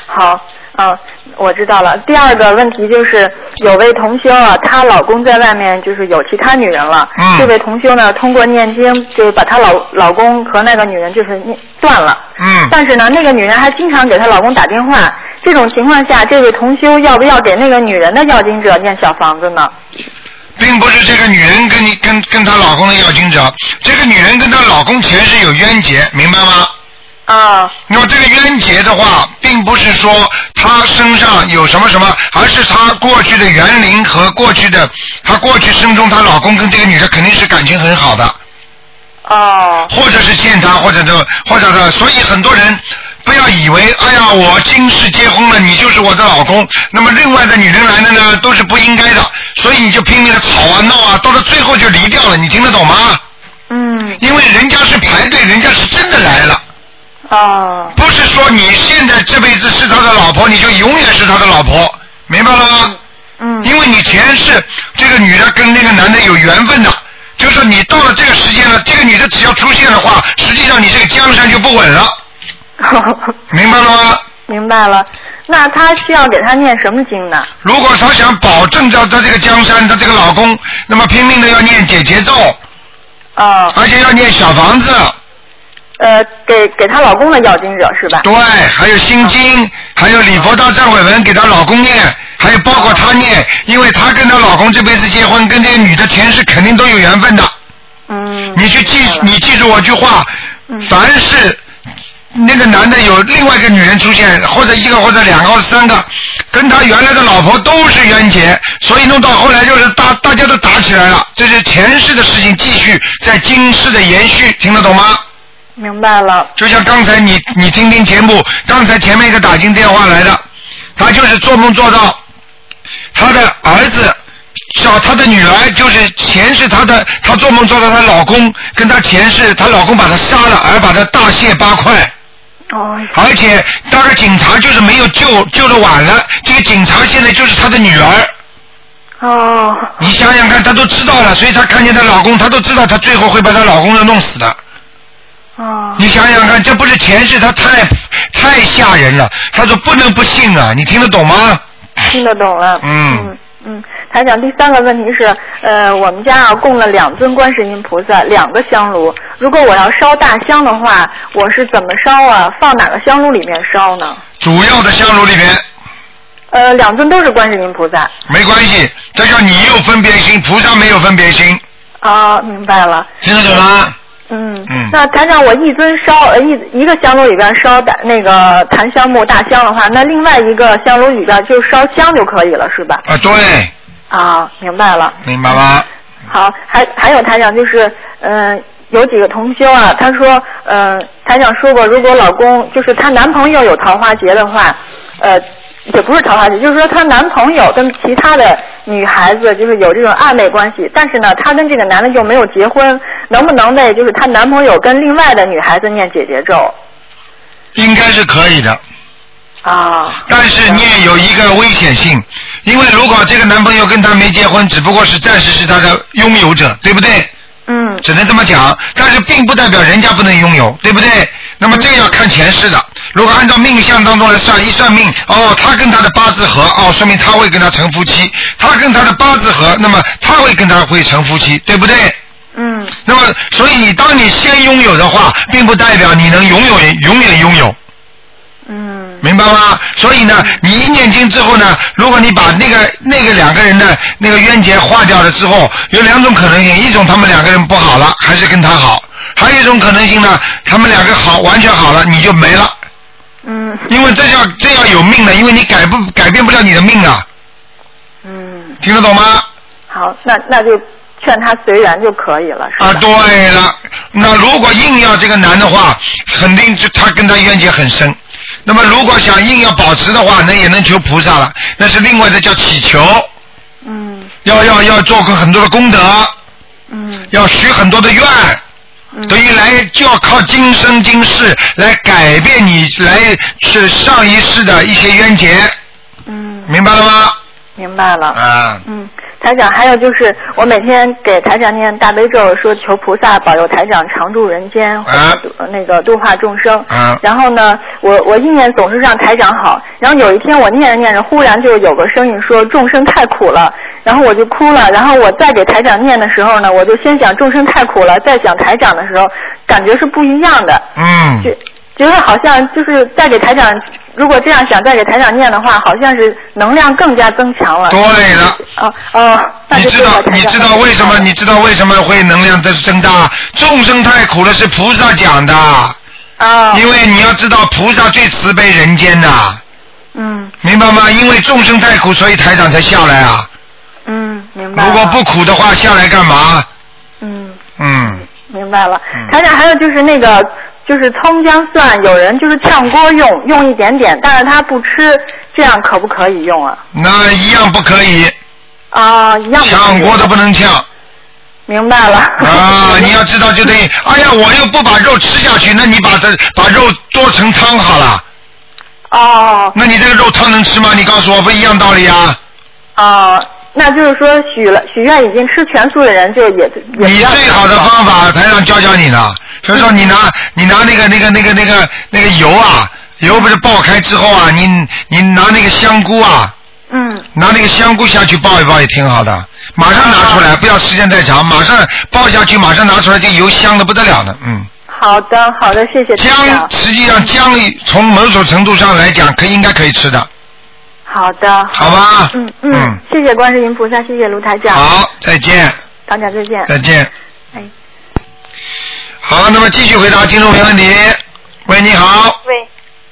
好，嗯，我知道了。第二个问题就是，有位同修啊，她老公在外面就是有其他女人了。
嗯
这位同修呢，通过念经，就是把她老老公和那个女人就是念断了。
嗯
但是呢，那个女人还经常给她老公打电话，这种情况下，这位同修要不要给那个女人的要经者念小房子呢？
并不是这个女人跟你跟跟她老公的要经者，这个女人跟她老公前世有冤结，明白吗？
啊，
那么这个冤结的话，并不是说她身上有什么什么，而是她过去的园林和过去的她过去生中，她老公跟这个女的肯定是感情很好的，
哦，
或者是欠她，或者就或者是，所以很多人不要以为，哎呀，我今世结婚了，你就是我的老公，那么另外的女人来了呢，都是不应该的，所以你就拼命的吵啊闹啊，到了最后就离掉了，你听得懂吗？
嗯，
因为人家是排队，人家是真的来了。
哦，
不是说你现在这辈子是他的老婆，你就永远是他的老婆，明白了吗？
嗯，
因为你前世这个女的跟那个男的有缘分的，就是说你到了这个时间了，这个女的只要出现的话，实际上你这个江山就不稳了，明白了吗？
明白了。那他需要给他念什么经呢？
如果她想保证着她这个江山，她这个老公，那么拼命的要念解节奏，
哦，
而且要念小房子，
呃，给给她老公的要经者是吧？
对，还有心经，还有礼佛大忏悔文给她老公念，还有包括她念，因为她跟她老公这辈子结婚，跟这个女的前世肯定都有缘分的。
嗯，
你去记
明白，了嗯
你记住我句话，凡是那个男的有另外一个女人出现，或者一个或者两个或者三个，跟他原来的老婆都是冤结，所以弄到后来就是大大家都打起来了，这是前世的事情继续在今世的延续，听得懂吗？
明白了。
就像刚才你你听听节目，刚才前面一个打进电话来的，他就是做梦做到他的儿子找他的女儿，就是前世他的他做梦做到她老公跟她前世她老公把她杀了，而把她大卸八块，
哦，
而且那个警察就是没有救救的晚了，这个警察现在就是她的女儿。
哦，
你想想看，她都知道了，所以她看见她老公，她都知道她最后会把她老公要弄死的。
哦，
你想想看，这不是前世，他太太吓人了。他说不能不信啊，你听得懂吗？
听得懂了。
嗯
嗯嗯，台长，第三个问题是，呃，我们家啊供了两尊观世音菩萨，两个香炉。如果我要烧大香的话，我是怎么烧啊？放哪个香炉里面烧呢？
主要的香炉里边
呃，两尊都是观世音菩萨。
没关系，这叫你有分别心，菩萨没有分别心，
啊，明白了。
听得懂吗？
嗯，
嗯
那台长，我一尊烧呃一一个香炉里边烧大那个檀香木大香的话，那另外一个香炉里边就烧香就可以了，是吧？
啊，对，
啊，明白了。
明白吗？
好，还还有台长就是，嗯、有几个同修啊，他说，嗯、台长说过，如果老公就是她男朋友有桃花劫的话，呃，也不是桃花劫，就是说她男朋友跟其他的女孩子就是有这种暧昧关系，但是呢，她跟这个男的又没有结婚，能不能为就是她男朋友跟另外的女孩子念姐姐咒
应该是可以的，
啊？
但是念有一个危险性，因为如果这个男朋友跟她没结婚，只不过是暂时是她的拥有者，对不对？
嗯，
只能这么讲，但是并不代表人家不能拥有，对不对？那么这个要看前世的。如果按照命相当中来算，一算命，哦，他跟他的八字合，哦，说明他会跟他成夫妻；他跟他的八字合，那么他会跟他会成夫妻，对不对？
嗯，
那么，所以你当你先拥有的话，并不代表你能拥有永远拥有，
嗯，
明白吗？所以呢，你一念经之后呢，如果你把那个那个两个人的那个冤结化掉了之后，有两种可能性：一种他们两个人不好了，还是跟他好；还有一种可能性呢，他们两个好完全好了，你就没了，
嗯，
因为这要这要有命的，因为你改不改变不了你的命啊，
嗯，
听得懂吗？
好，那那就劝他随缘就可以了，是吧？
啊，对了，那如果硬要这个男的话，肯定就他跟他冤结很深。那么如果想硬要保持的话，那也能求菩萨了，那是另外的叫祈求，
嗯
要要要做很多的功德，
嗯
要许很多的愿，
嗯。
等于来就要靠今生今世来改变你来是上一世的一些冤结，
嗯，
明白了吗？
明白了。
啊，
嗯，台长，还有就是，我每天给台长念大悲咒，说求菩萨保佑台长常住人间，
啊
呃那个度化众生。
啊
然后呢，我我意念总是让台长好。然后有一天我念着念着，忽然就有个声音说众生太苦了，然后我就哭了。然后我再给台长念的时候呢，我就先想众生太苦了，再想台长的时候，感觉是不一样的。
嗯
就，
觉得好像就是再给台长，如果这样想再给台长念的话，好像是能量更加增强了。
对了，
哦哦，那
你
就
知
对
道
了台
你
长
知道为什么你知道为什么会能量增增大？众生太苦了是菩萨讲的，
哦，
因为你要知道菩萨最慈悲人间呐、
嗯
明白吗？因为众生太苦，所以台长才下来啊。
嗯，明白了。
如果不苦的话，下来干嘛？
嗯。
嗯，
明白了
嗯，
台长，还有就是那个，就是葱姜蒜，有人就是炝锅用，用一点点，但是他不吃，这样可不可以用啊？
那一样不可以，
啊，一样不可
抢
以
锅都不能 呛
明白了。
啊！你要知道就等于，哎呀，我又不把肉吃下去，那你把这把肉做成汤好了，
哦
那你这个肉汤能吃吗？你告诉我，不一样道理啊？
哦，那就是说许了许愿已经吃全素的人，就也也不
你
要
最好的方法，台上教教你呢。所以说，你拿你拿那个那个那个那个那个油啊，油不是爆开之后啊，你你拿那个香菇啊，
嗯
拿那个香菇下去爆一爆也挺好的，马上拿出来，不要时间太长，马上爆下去，马上拿出来，这油香的不得了呢。嗯，
好的好的，谢谢台
姜
长。嗯
实际上姜从某种程度上来讲，可以应该可以吃的，
好的，
好吧？
嗯嗯，谢谢观世音菩萨，谢谢卢台长，
好，再见，
台长再 见。
再见。
哎
好，那么继续回答听众朋友问题。喂，你好，
喂，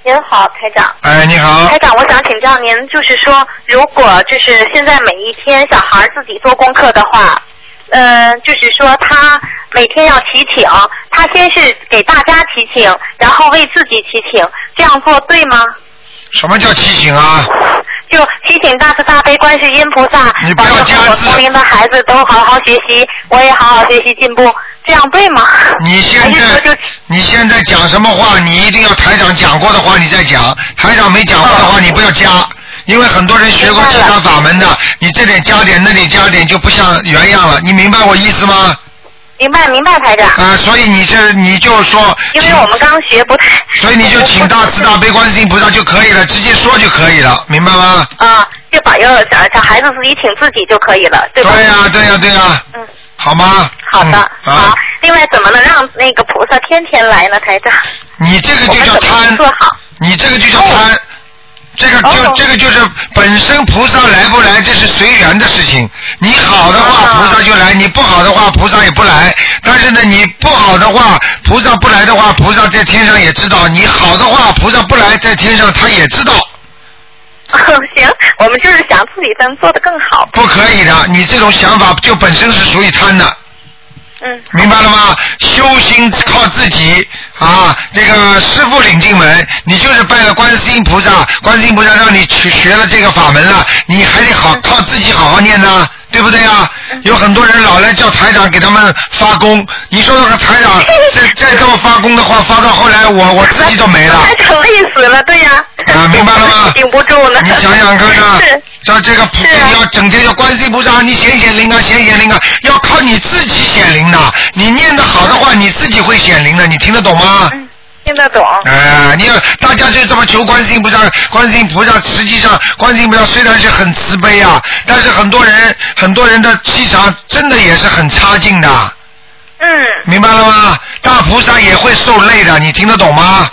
您好，台长。
哎，你好
台，长，我想请教您，就是说，如果就是现在每一天小孩自己做功课的话，嗯、就是说他每天要祈请，他先是给大家祈请，然后为自己祈请，这样做对吗？
什么叫提醒啊？
就祈请大慈大悲观世音菩萨
你，不
保
要
佑
加
我
字
同龄的孩子都好好学习，我也好好学习进步，这样对吗？
你现
还是哎说
在
就
你现在讲什么话，你一定要台长讲过的话你再讲，台长没讲过的
哦
话你不要加，因为很多人学过其他法门的，你这点加点那里加点就不像原样了，你明白我意思吗？
明白明白，台长，
啊，所以你这你就说，
因为我们刚学不太，
所以你就请大慈大悲观世音菩萨就可以了，直接说就可以了，明白吗？
啊，就保佑小小孩子自己请自己就可以了，对吧？
对啊呀、对呀、对呀、
嗯，
好吗？
好的，
嗯、
好
啊，。
另外，怎么能让那个菩萨天天来呢，台长？
你这个
我
就
们
叫
怎么
贪。
做好？
你这个就叫贪，这个就、
哦
这个就是本身菩萨来不来，这是随缘的事情。你好的话，
啊
菩萨就来；你不好的话，菩萨也不来。但是呢，你不好的话，菩萨不来的话，菩萨在天上也知道；你好的话，菩萨不来，在天上他也知道。
行，我们就是想自己能做得更好。
不可以的，你这种想法就本身是属于贪的。
嗯，
明白了吗？修行靠自己啊，这个师傅领进门，你就是拜了观世音菩萨，观世音菩萨让你去学了这个法门了，你还得
嗯
好靠自己好好念呐、对不对啊？有很多人老来叫台长给他们发功，你说那个台 长再再这么发功的话，发到后来我我自己都没了。
台长累死了，对呀、
啊明白了 吗
顶不住呢。
你想想看看
是，
像这个菩
是啊
要整天要观世音菩萨，你显显灵啊，显显灵啊，要靠你自己显灵的。你念的好的话，你自己会显灵的，你听得懂吗？
嗯，听得懂。
哎、你要大家就这么求观世音菩萨，观世音菩萨实际上，观世音菩萨虽然是很慈悲啊，但是很多人很多人的气场真的也是很差劲的，哎
嗯，
明白了吗？大菩萨也会受累的，你听得懂吗？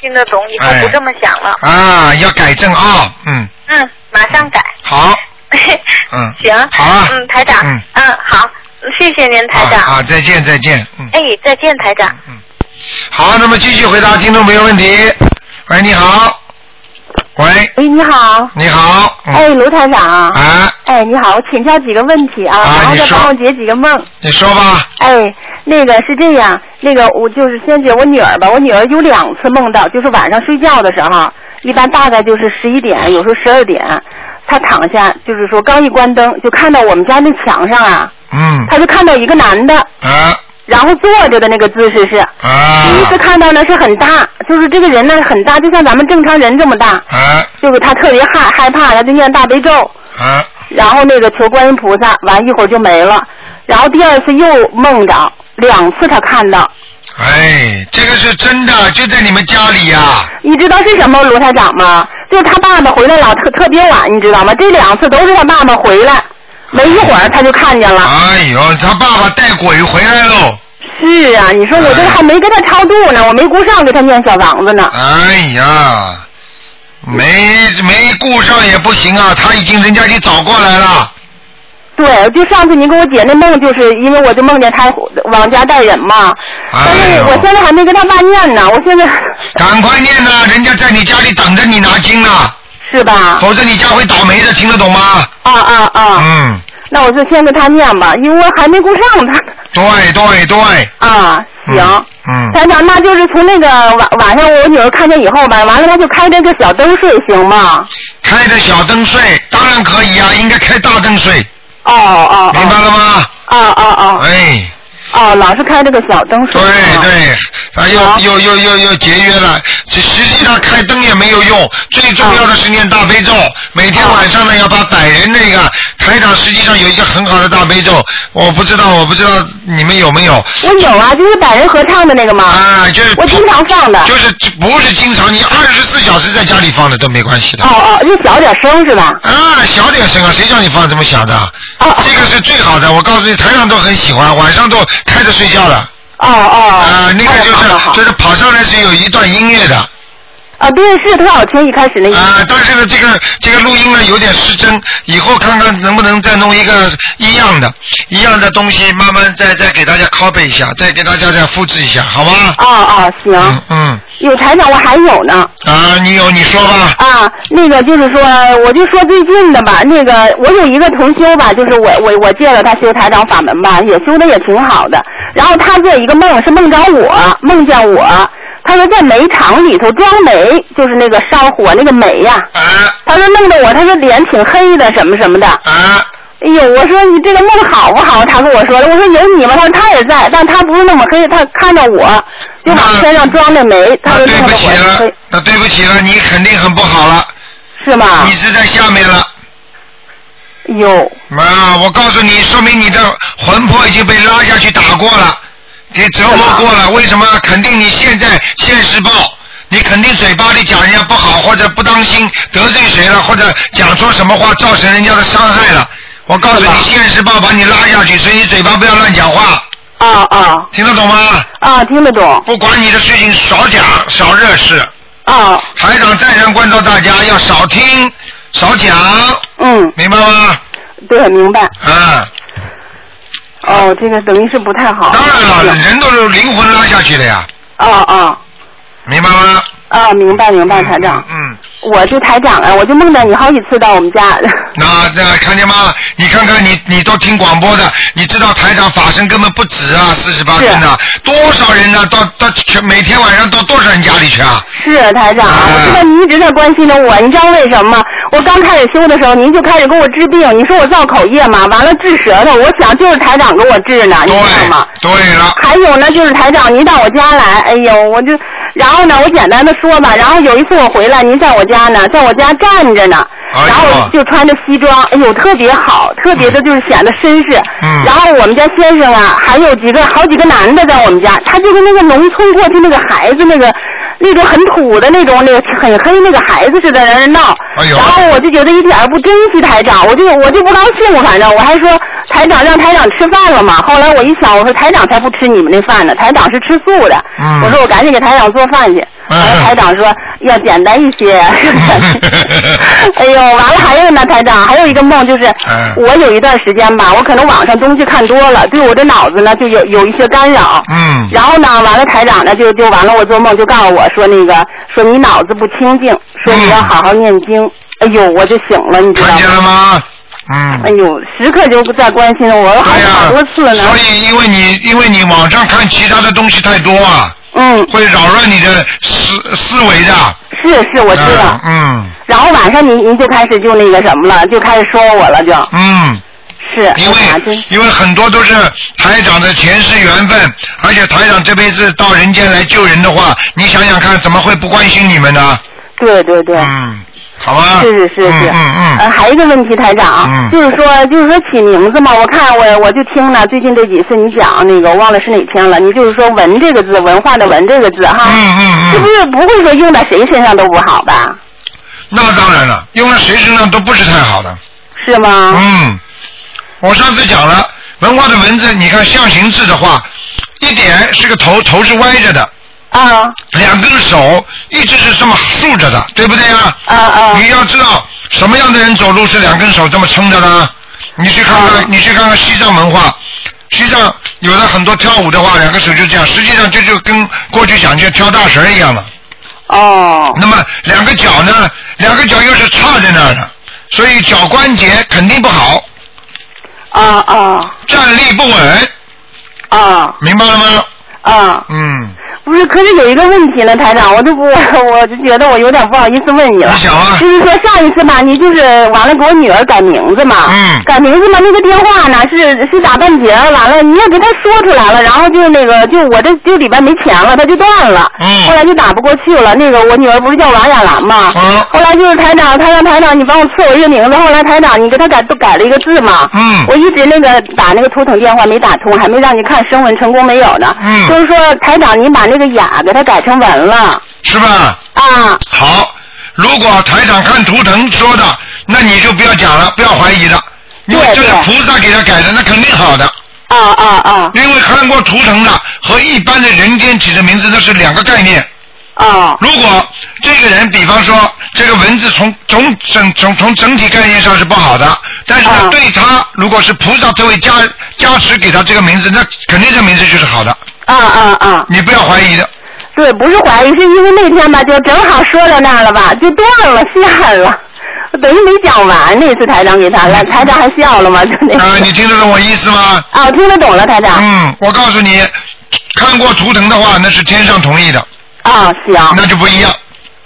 听得懂，以后
哎
不这么想了。
啊，要改正啊，嗯，
嗯，马上改。
好，嗯
嗯行。
好啊
嗯，台长。
嗯
好，谢谢您，台
啊
长。
啊，再见再见，嗯。
哎，再见，台长。
好，那么继续回答听众朋友问题。喂，你好。喂，
哎，你好，
你好。嗯、
哎，卢台长，
啊，
哎，你好，我请教几个问题啊，
啊
然后
你
再
说
帮我解几个梦。
你说吧。
哎，那个是这样，那个我就是先解我女儿吧，我女儿有两次梦到，就是晚上睡觉的时候，一般大概就是十一点，有时候十二点，她躺下，就是说刚一关灯，就看到我们家那墙上啊，
嗯。
她就看到一个男的，
啊
然后坐着的那个姿势是，第一次
啊
看到呢是很大，就是这个人呢很大，就像咱们正常人这么大，
啊
就是她特别害害怕，她就念大悲咒，
啊！
然后那个求观音菩萨，完一会儿就没了。然后第二次又梦着，两次他看到，
哎，这个是真的，就在你们家里呀、
你知道是什么卢台长吗？就是他爸爸回来老特特别晚，你知道吗？这两次都是他爸
啊
爸回来，没一会儿他就看见了。
哎呦，他爸爸带鬼回来喽！
是啊，你说我这还没给他超度呢，我没顾上给他念小房子呢。
哎呀，没没顾上也不行啊，他已经人家已经找过来了。
对，就上次您给我解那梦，就是因为我就梦见他往家带人嘛，但
哎
是
呦
我现在还没跟他爸念呢，我现在
赶快念呐、人家在你家里等着你拿经呢，
是吧？
否则你家会倒霉的，听得懂吗？
啊啊啊！
嗯，
那我就先给他念吧，因为我还没顾上他。
对对对，
啊，
嗯
行。
嗯，
团长，那就是从那个晚晚上我女儿看见以后吧，完了她就开这个小灯睡行吗？
开着小灯睡，当然可以啊，应该开大灯睡，
哦哦
明白了吗？
哦哦哦
哎。
哦，老是开这个小灯睡。
对
啊。
对，啊
好
又又又又又节约了，这实际上开灯也没有用，最重要的是念大悲咒，
哦
每天晚上呢要把百人那个台长实际上有一个很好的大悲咒，我不知道我不知道你们有没有
我有啊，就是百人合唱的那个嘛，
啊，就是
我经常放的。
就是不是经常你二十四小时在家里放的都没关系的
哦。哦，就小点声是吧？
啊，小点声啊！谁叫你放这么小的？
哦
这个是最好的，我告诉你，台上都很喜欢，晚上都开着睡觉的。
哦哦。
啊，那个就
好好
是
好
就是跑上来是有一段音乐的。
啊，对，是特小群一开始那个。
啊、但是呢，这个这个录音呢有点失真，以后看看能不能再弄一个一样的、一样的东西，慢慢再再给大家 copy 一下，再给大家再复制一下，好吗？
哦哦，行
嗯。嗯，
有台长，我还有呢。
啊，你有你说吧，
啊，那个就是说，呃我就说最近的吧。那个我有一个同修吧，就是我我我借了他修台长法门吧，也修的也挺好的。然后他做一个梦，是梦着我，梦见我，他说在煤场里头装煤，就是那个烧火那个煤呀、
啊
他说弄得我，他说脸挺黑的，什么什么的。
啊，
哎呦，我说你这个梦好不好？他跟我说的。我说有你吗？他说他也在，但他不是那么黑，他看着我就往
那
身上装那煤，他
啊那啊
就
对
弄
不
得
起
我也
了
黑，，
那对不起了，你肯定很不好了，
是吗
你？是在下面了。
哎呦。
啊，我告诉你，说明你的魂魄已经被拉下去打过了，给折磨过了。为什么？肯定你现在现世报，你肯定嘴巴里讲人家不好，或者不当心得罪谁了，或者讲错什么话，造成人家的伤害了。我告诉你，现世报把你拉下去，所以你嘴巴不要乱讲话，
啊啊
听得懂吗？
啊！听得懂
不管你的事情，少讲，少惹事。
啊，
台长再三关照大家，要少听，少讲，
嗯，
明白吗？
对，明白。
啊。
哦，这个等于是不太好。
当然了，人都是灵魂拉下去的呀，
啊啊
明白吗？
啊！明白明白，台长，
嗯，
我就台长啊，我就梦到你好几次到我们家。
那那看见吗？你看看你，你都听广播的，你知道台长法身根本不止啊，四十八天呐，多少人呢、到到全每天晚上到多少人家里去啊？
是台长，
啊
我知道你一直在关心着我，你知道为什么吗？我刚开始修的时候，您就开始给我治病，你说我造口业嘛，完了治舌头，我想就是台长给我治呢，你
对
知道吗？，
对了，
还有呢，就是台长，您到我家来，哎呦，我就，然后呢，我简单的说吧，然后有一次我回来，您在我家呢，在我家站着呢，
哎呦
然后就穿着西装，哎呦，特别好，特别的就是显得绅士。
嗯
然后我们家先生啊，还有几个好几个男的在我们家，他就跟那个农村过去那个孩子那个。那种很土的那种，那个很黑那个孩子似的在那闹，
哎呦
然后我就觉得一点儿不珍惜台长，我就我就不高兴，反正我还说台长让台长吃饭了嘛。后来我一想，我说台长才不吃你们那饭呢，台长是吃素的。
嗯
我说我赶紧给台长做饭去。后来
嗯
台长说要简单一 些。哎呦，完了还有呢，台长还有一个梦就是，
嗯
我有一段时间吧，我可能网上东西看多了，对我这脑子呢就有有一些干扰。
嗯，
然后呢，完了台长呢就就完了，我做梦就告诉我说那个说你脑子不清净，说你要
嗯
好好念经。哎呦，我就醒了，你知道
看见了
吗？
吗？
哎
嗯。
呦，时刻就在关心我，我好
对呀、
好多次呢。
所以因为你因为你网上看其他的东西太多啊，
嗯，
会扰乱你的思思维的。
是是，我知道。
嗯
然后晚上您您就开始就那个什么了，就开始说我了就，
嗯。嗯
是。
因
哎呀真
为
是
因为很多都是台长的前世缘分，而且台长这辈子到人间来救人的话，你想想看，怎么会不关心你们呢？
对对对。
嗯，好吧。
是是是是，
嗯嗯
呃，
嗯。
还有一个问题，台长，
嗯
就是说就是说起名字嘛，我看我我就听了最近这几次你讲那个，我忘了是哪天了，你就是说“文”这个字，文化的“文”这个字哈，
嗯嗯
是不
嗯，
是不会说用在谁身上都不好吧？
那当然了，用在谁身上都不是太好的。嗯
是吗？
嗯，我上次讲了，文化的文字，你看象形字的话，一点是个头，头是歪着的，
啊
两根手一直是这么竖着的，对不对啊？
啊啊
你要知道什么样的人走路是两根手这么撑着的啊？你去看
啊
看，你去看看西藏文化，西藏有的很多跳舞的话，两个手就这样，实际上这就跟过去讲就跳大神儿一样了。
哦
那么两个脚呢，两个脚又是叉在那儿的，所以脚关节肯定不好，
啊啊
站立不稳，
啊
明白了吗？
啊！
嗯，
不是，可是有一个问题呢，台长，我都不，我就觉得我有点不好意思问你了
你。想啊
就，是说上一次吧，你就是完了给我女儿改名字嘛，
嗯
改名字嘛，那个电话呢是是打半截儿，完了你也给她说出来了，然后就那个就我这就里边没钱了，她就断了，
嗯
后来就打不过去了。那个我女儿不是叫王雅兰嘛，
嗯
后来就是台长，台长台长，你帮我赐我一个名字，后来台长你给她改都改了一个字嘛，
嗯
我一直那个打那个头等电话没打通，还没让你看声纹成功没有呢，
嗯
就是说台长你把那个雅给她改成文了
是吧？
啊，
好，如果台长看图腾说的，那你就不要讲了，不要怀疑了，因为
对
这是
对
菩萨给他改的，那肯定好的。
啊啊啊
因为看过图腾的和一般的人间起的名字那是两个概念。
啊
如果这个人，比方说这个文字从总整从从整体概念上是不好的，但是呢
啊
对他如果是菩萨这位加加持给他这个名字，那肯定这名字就是好的，
啊啊啊！
你不要怀疑 的。
对，不是怀疑，是因为那天吧，就正好说到那儿了吧，就断了，下了，等于没讲完。那次台长给他了，台长还笑了嘛，就那次。
啊、你听得懂我意思吗？
啊，我听得懂了，台长。
嗯，我告诉你，看过图腾的话，那是天上同意的，
啊，行。
那就不一样，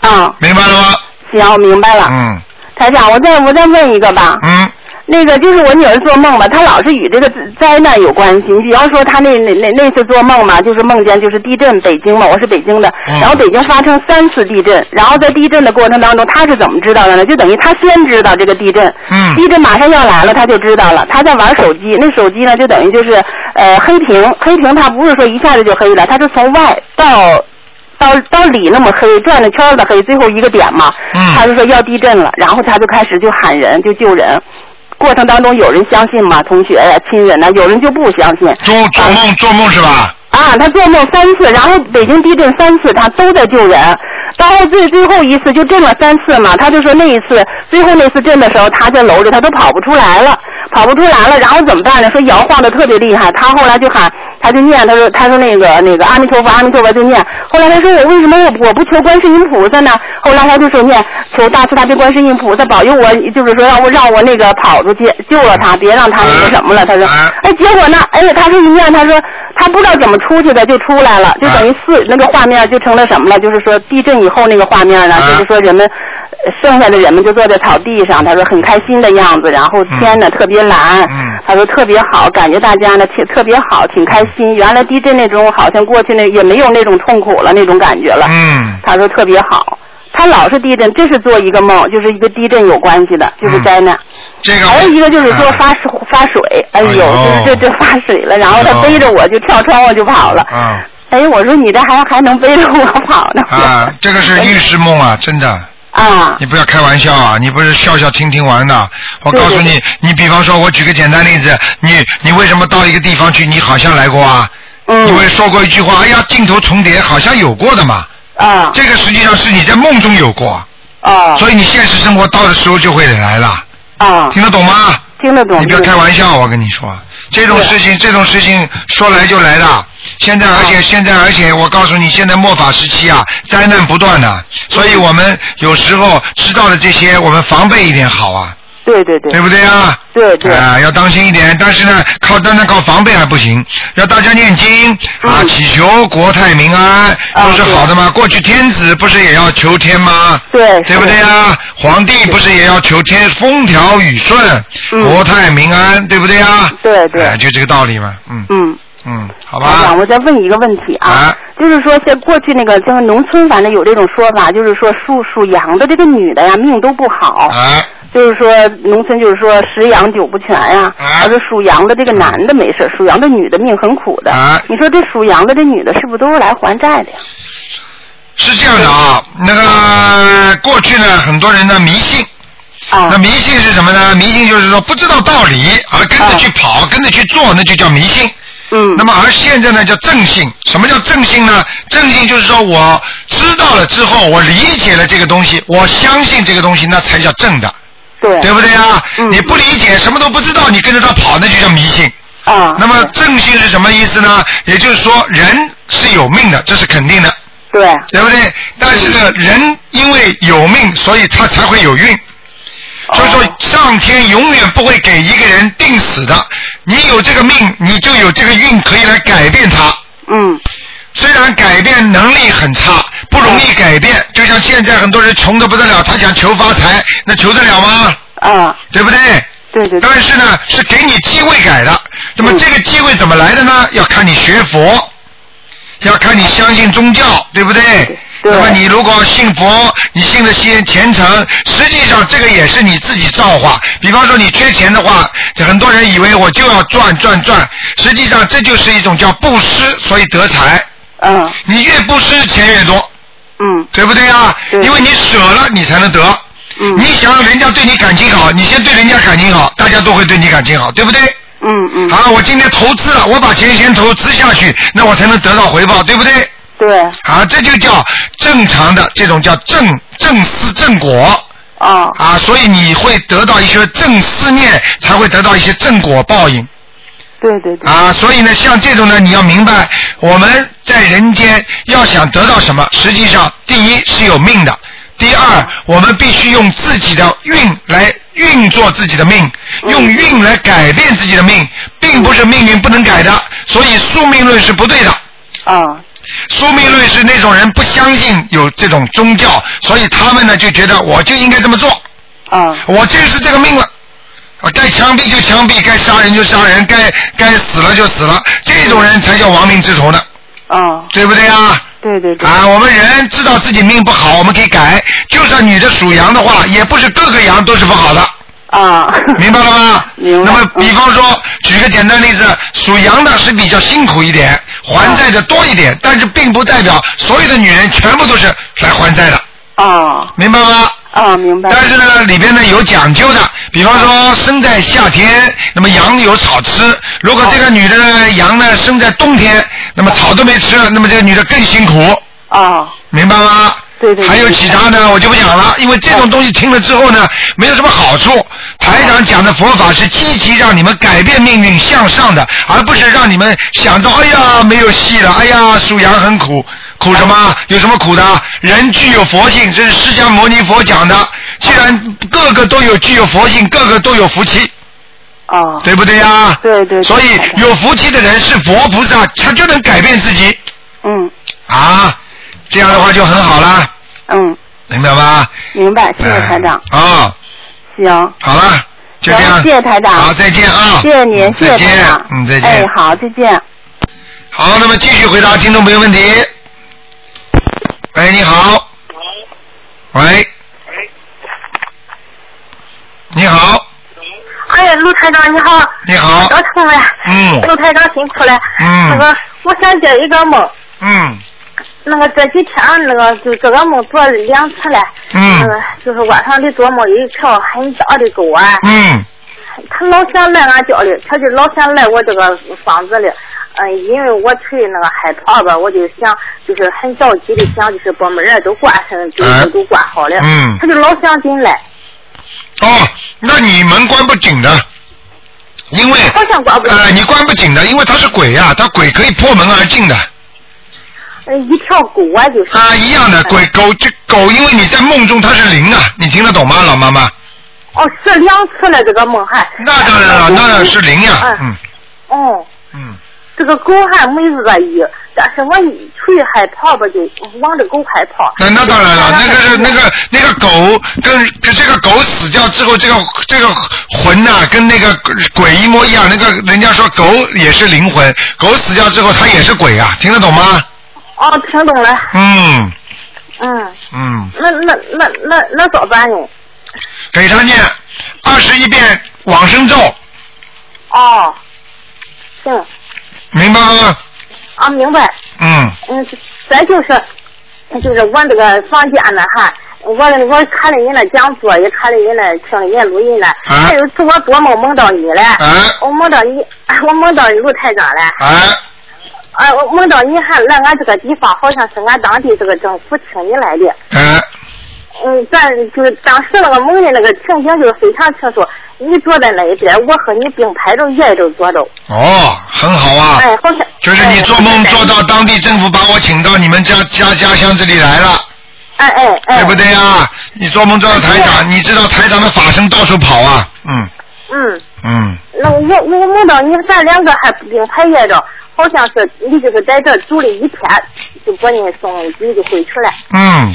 啊，
明白了吗？
行，我明白了。
嗯
台长，我再我再问一个吧。
嗯，
那个就是我女儿做梦吧，她老是与这个灾难有关系。你比方说她那那那那次做梦嘛，就是梦见就是地震，北京嘛，我是北京的，
嗯
然后北京发生三次地震，然后在地震的过程当中，她是怎么知道的呢？就等于她先知道这个地震，
嗯
地震马上要来了，她就知道了。她在玩手机，那手机呢就等于就是呃黑屏，黑屏它不是说一下子就黑了，它是从外到到到里那么黑，转着圈儿的黑，最后一个点嘛，
嗯
他就说要地震了，然后他就开始就喊人，就救人。过程当中有人相信嘛，同学呀、亲人呐、有人就不相信。
做做梦做梦是吧？
啊，他做梦三次，然后北京地震三次，他都在救人。然后最最后一次就震了三次嘛，他就说那一次最后那次震的时候，他在楼里他都跑不出来了，跑不出来了，然后怎么办呢？说摇晃的特别厉害，他后来就喊，他就念，他说他说那个那个阿弥陀佛阿弥陀佛就念，后来他说我为什么我我不求观世音菩萨呢？后来他就说念求大慈大悲观世音菩萨保佑我，就是说让我让我那个跑出去救了他，别让他那个什么了。他说
哎
哎，结果呢？哎呀，他说一念，他说他不知道怎么出去的，就出来了，就
啊
等于四、那个画面就成了什么了？就是说地震以后那个画面呢，
啊
就是说人们呃剩下的人们就坐在草地上，他说很开心的样子，然后天呢、特别蓝，
嗯
他说特别好，感觉大家呢挺特别好，挺开心。原来地震那种好像过去那也没有那种痛苦了那种感觉了，
嗯
他说特别好。他老是地震，这是做一个梦，就是一个地震有关系的，就是
嗯
灾难。
这个
还有一个就是说
啊
发水发水，
哎
哎
呦
呦，就是这这发水了，然后他
哎呦
背着我就跳窗户就跑了。
啊
哎，我说你这还还能背着我跑呢？
啊，这个是预示梦啊，真的。
啊
你不要开玩笑啊！你不是笑笑听听玩的。我
对
告诉
对
你，你比方说，我举个简单例子，你你为什么到一个地方去，你好像来过啊？
嗯
你会说过一句话，哎呀，镜头重叠，好像有过的嘛。
啊
这个实际上是你在梦中有过，
啊
所以你现实生活到的时候就会来了，
啊！
听得懂吗？
听得懂？
你不要
听得
开
懂
玩笑，我跟你说，这种
对啊哦
事情，这种事情说来就来的。现在，而且现在，而且我告诉你，现在末法时期啊，灾难不断
嗯
的，所以我们有时候知道了这些，我们防备一点好啊，
对对
对
对
不对啊？
对对
啊、要当心一点，但是呢，靠单单靠防备还不行，要大家念经啊，
嗯
祈求国泰民安，
啊
都是好的嘛。过去天子不是也要求天吗？
对
对不对啊？ 皇帝不是也要求天风调雨顺、
嗯
国泰民安，对不对啊？
对对
哎就这个道理嘛，嗯
嗯。
嗯，好
台
吧
长，，我再问一个问题啊
啊，
就是说，像过去那个，就是农村，反正有这种说法，就是说属属羊的这个女的呀，命都不好，
啊，
就是说农村就是说十羊九不全呀、
啊
而且属羊的这个男的没事，属羊的女的命很苦的。
啊
你说这属羊的这女的是不是都是来还债的呀？
是这样的啊，那个过去呢，很多人呢迷信，
啊
那迷信是什么呢？迷信就是说不知道道理而跟着去跑，跟着去做，那就叫迷信。
嗯
那么而现在呢叫正性，什么叫正性呢？正性就是说我知道了之后，我理解了这个东西，我相信这个东西，那才叫正的，
对
对不对啊？
嗯
你不理解，什么都不知道，你跟着他跑，那就叫迷信。
啊，
那么正性是什么意思呢？也就是说人是有命的，这是肯定的，
对
对不对？但是
嗯
呢，人因为有命，所以他才会有运。
哦
所以说，上天永远不会给一个人定死的。你有这个命，你就有这个运可以来改变它。
嗯
虽然改变能力很差，不容易改变，就像现在很多人穷的不得了，他想求发财，那求得了吗？
啊，
对不对？
对对对，
但是呢，是给你机会改的。那么
嗯
这个机会怎么来的呢？要看你学佛，要看你相信宗教，对不对？
对
那么你如果信佛，你信的心虔诚，实际上这个也是你自己造化。比方说你缺钱的话，很多人以为我就要赚赚赚，实际上这就是一种叫布施，所以得财。
嗯
你越布施，钱越多，
嗯
对不对啊？
对
因为你舍了，你才能得。
嗯
你想人家对你感情好，你先对人家感情好，大家都会对你感情好，对不对？
嗯嗯，
啊，我今天投资了，我把钱先投资下去，那我才能得到回报，对不对？
对
啊，这就叫正常的这种叫正正思正果
啊
啊，所以你会得到一些正思念，才会得到一些正果报应。
对对对，
啊，所以呢，像这种呢，你要明白，我们在人间要想得到什么，实际上第一是有命的，第二我们必须用自己的运来运作自己的命，用运来改变自己的命，并不是命运不能改的，所以宿命论是不对的。
啊
宿命论是那种人不相信有这种宗教，所以他们呢就觉得我就应该这么做，
啊
我就是这个命了。啊，该枪毙就枪毙，该杀人就杀人，该该死了就死了，这种人才叫亡命之徒呢，
啊，
对不对啊？
对对对，
啊，我们人知道自己命不好，我们可以改。就算女的属羊的话，也不是各个羊都是不好的，
啊，
明白了吗？
明白嗯
那么，比方说，举个简单例子，属羊的是比较辛苦一点，还债的多一点，但是并不代表所有的女人全部都是来还债的，
啊
明白吗？
啊，明白，
但是呢，里边呢有讲究的，比方说生在夏天，那么羊有草吃；如果这个女的呢羊呢生在冬天，那么草都没吃，那么这个女的更辛苦，
啊，
明白吗？
对对对
还有其他呢，我就不讲了，因为这种东西听了之后呢，没有什么好处。台长讲的佛法是积极让你们改变命运向上的，而不是让你们想着哎呀没有戏了，哎呀属羊很苦，苦什么？有什么苦的？人具有佛性，这是释迦牟尼佛讲的。既然个个都有具有佛性，个个都有福气，
啊，
对不对呀？
对对对
所以
台长
有福气的人是佛菩萨，他就能改变自己
嗯
啊，这样的话就很好啦。
嗯，
明白吧？
明白，谢谢台长，
啊、
行，
好了，就这
行
样。
谢谢台长
好，再见啊。
谢谢您，
嗯
谢
再
谢
见
台长，
嗯，再见。
哎，好，再见。
好，那么继续回答听众朋友问题。喂，你好。喂。你好，
哎，陆台长你好，
你好。
又出来，
嗯
陆台长辛苦了。
嗯
那个，我想解一个梦，
嗯
那个这几天那个就这个梦做了两次了。那
嗯
个就是晚上的做梦，有一条很大的狗啊，
嗯
它老想来俺家里，它就老想来我这个房子里。嗯，因为我忒那个害怕吧，我就想，就是很着急的想，就是把门儿都关上，就
哎
是都关好了。
嗯
它就老想进来，
哦，那你门关不紧的，因为
好像关不紧
呃，你关不紧的，因为他是鬼呀、他鬼可以破门而进的。
呃一条狗啊，就是。
啊，一样的，鬼狗这狗，因为你在梦中它是灵啊，你听得懂吗，老妈妈？
哦，是两次了，这个梦还。
那当然了，那是灵呀、嗯
嗯哦，
嗯，
这个狗还没恶意，但是我出于害怕吧，就往这狗害怕。
那那当然了，那个是那个那个狗跟跟这个狗死掉之后，这个这个魂呐、跟那个鬼一模一样。那个人家说狗也是灵魂，狗死掉之后它也是鬼啊，听得懂吗？
哦，听懂了。
嗯
嗯，
嗯，
那那那那那咋办呢？
给他念二十一遍往生咒，
哦，行，
明白吗？
啊，明白。
嗯
嗯，再就是，就是我这个房间呢，哈，我
我我看了人的讲座，也看了人的听了人的录音了。
啊
还有次我做梦梦到你了，
啊
我梦到你，哎我梦到卢台长了。
啊，
啊，我梦到你还来俺这个地方，好像是俺当地这个政府请你来的。
啊，
嗯，咱就是当时那个梦的那个情景就非常清楚，你坐在那一边，我和你并排着挨着坐着。
哦，很好啊。
哎，好像
就是你做梦做到当地政府把我请到你们家家家乡这里来了，
哎哎哎，
对不对啊？你做梦做到台长，你知道台长的法身到处跑啊，嗯
嗯，
嗯，
那我我梦到你，咱两个还并排挨着，好像是你就是在这住了一天，就把你送你就回去了。
嗯，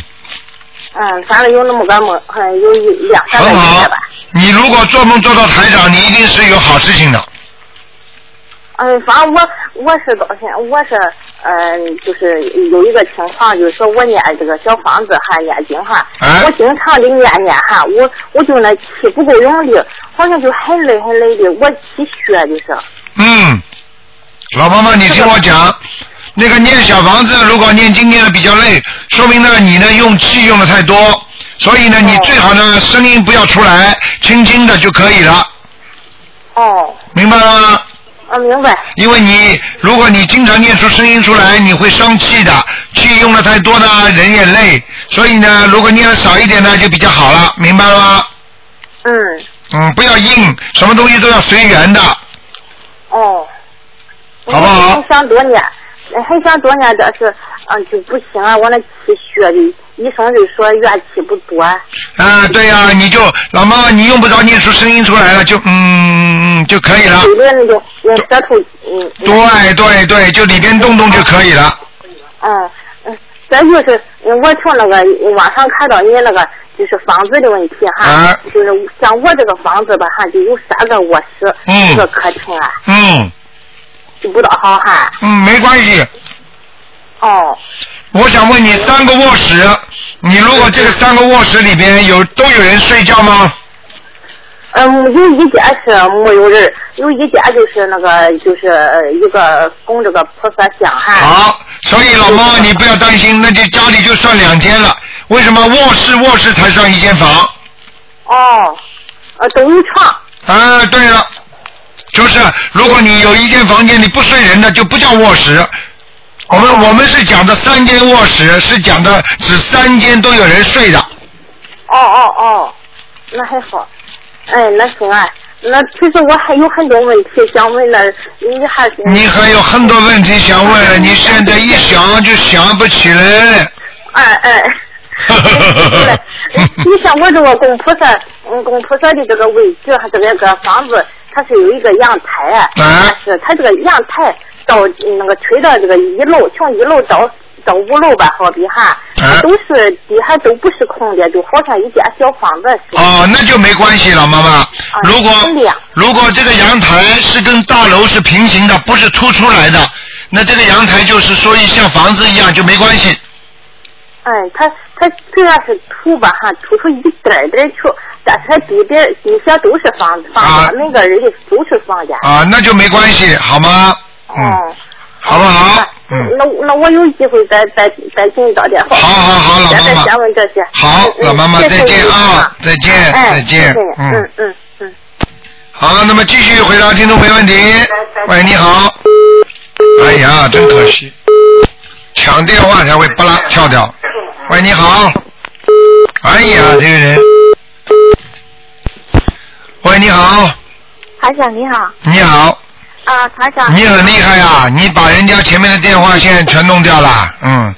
嗯，反正有那么个梦，嗯，有一两三个
很好
月吧。。
你如果做梦做到台长，你一定是有好事情的。
嗯，反正我我是到现在我是嗯，就是有一个情况，就是说我念这个小房子哈，念经哈，
哎
我经常的念念哈，我我就那气不够用力，好像就很累很累的，我气血就是。
嗯，老妈妈，你听我讲，那个念小房子，如果念经念的比较累，说明呢你呢用气用的太多，所以呢你最好呢声音不要出来，轻轻的就可以了，
哦，
明白了吗？
啊，明白。
因为你如果你经常念出声音出来，你会生气的，气用的太多呢，人也累，所以呢，如果念的少一点呢，就比较好了，明白了吗？
嗯，
嗯，不要硬，什么东西都要随缘的，
哦。
好不好
我还想多念，哎还想多念，但是嗯就不行啊，我那气血的，医生就说元气不多。
啊，对呀、你就老妈妈，你用不着念出声音出来了，就嗯就可以了。
嘴的那种，嗯，舌头，嗯，
对
嗯
对对，就里边动动就可以了。
嗯，嗯，再就是嗯我从那个网上看到你那个就是房子的问题哈，
啊
就是像我这个房子吧哈，就有三个卧室，
嗯
一个客厅啊，
嗯
就不大好哈。
嗯，没关系。
哦，
我想问你，三个卧室，你如果这个三个卧室里边有都有人睡觉吗？
嗯，有一间是没有人，有一间就是那个就是呃一个供这个菩萨像哈。
好，所以老妈你不要担心，那就家里就算两间了。为什么卧室卧室才算一间房？
哦，呃，都有床。
啊，对了，就是如果你有一间房间里不睡人的，就不叫卧室。我们我们是讲的三间卧室，是讲的指三间都有人睡的。
哦哦哦，那还好。哎，那行啊，那其实我还有很多问题想问呢，你还是
你还有很多问题想问了，你现在一想就想不起来。
哎哎。 你像我这个供菩萨，嗯，供菩萨的这个位置，还这个个房子，它是有一个阳台，
啊
但是它这个阳台到嗯那个垂到这个一楼，从一楼到到五楼吧，好比哈，
啊
它都是底下都不是空的，就好像一间小房子似的。
哦，那就没关系了，妈
啊
妈。如果
真的呀
如果这个阳台是跟大楼是平行的，不是凸出来的，那这个阳台就是所以像房子一样就没关系。
嗯，它它虽然是土吧哈，土出一点儿点儿去， 但是它底边儿底下都是房子，房
啊
子、那个人的都是房间。
啊，那就没关系，好吗？嗯，
嗯，
好不好？
那
嗯，
那那我有机会再再再给你打电话。
好好好，老
别
妈
再
妈
想。问这些。
好
嗯，嗯
老妈妈
谢谢
再见
你
啊，再见
哎
再见
谢谢，
嗯
嗯嗯嗯。
好，那么继续回答听众朋友问题。喂，你好。哎呀，真可惜，抢电话才会不拉跳掉。喂，你好。哎呀，这个人。喂，你好，
台长你好，
你好，
啊，台长，
你很厉害啊！你把人家前面的电话现在全弄掉了， 嗯。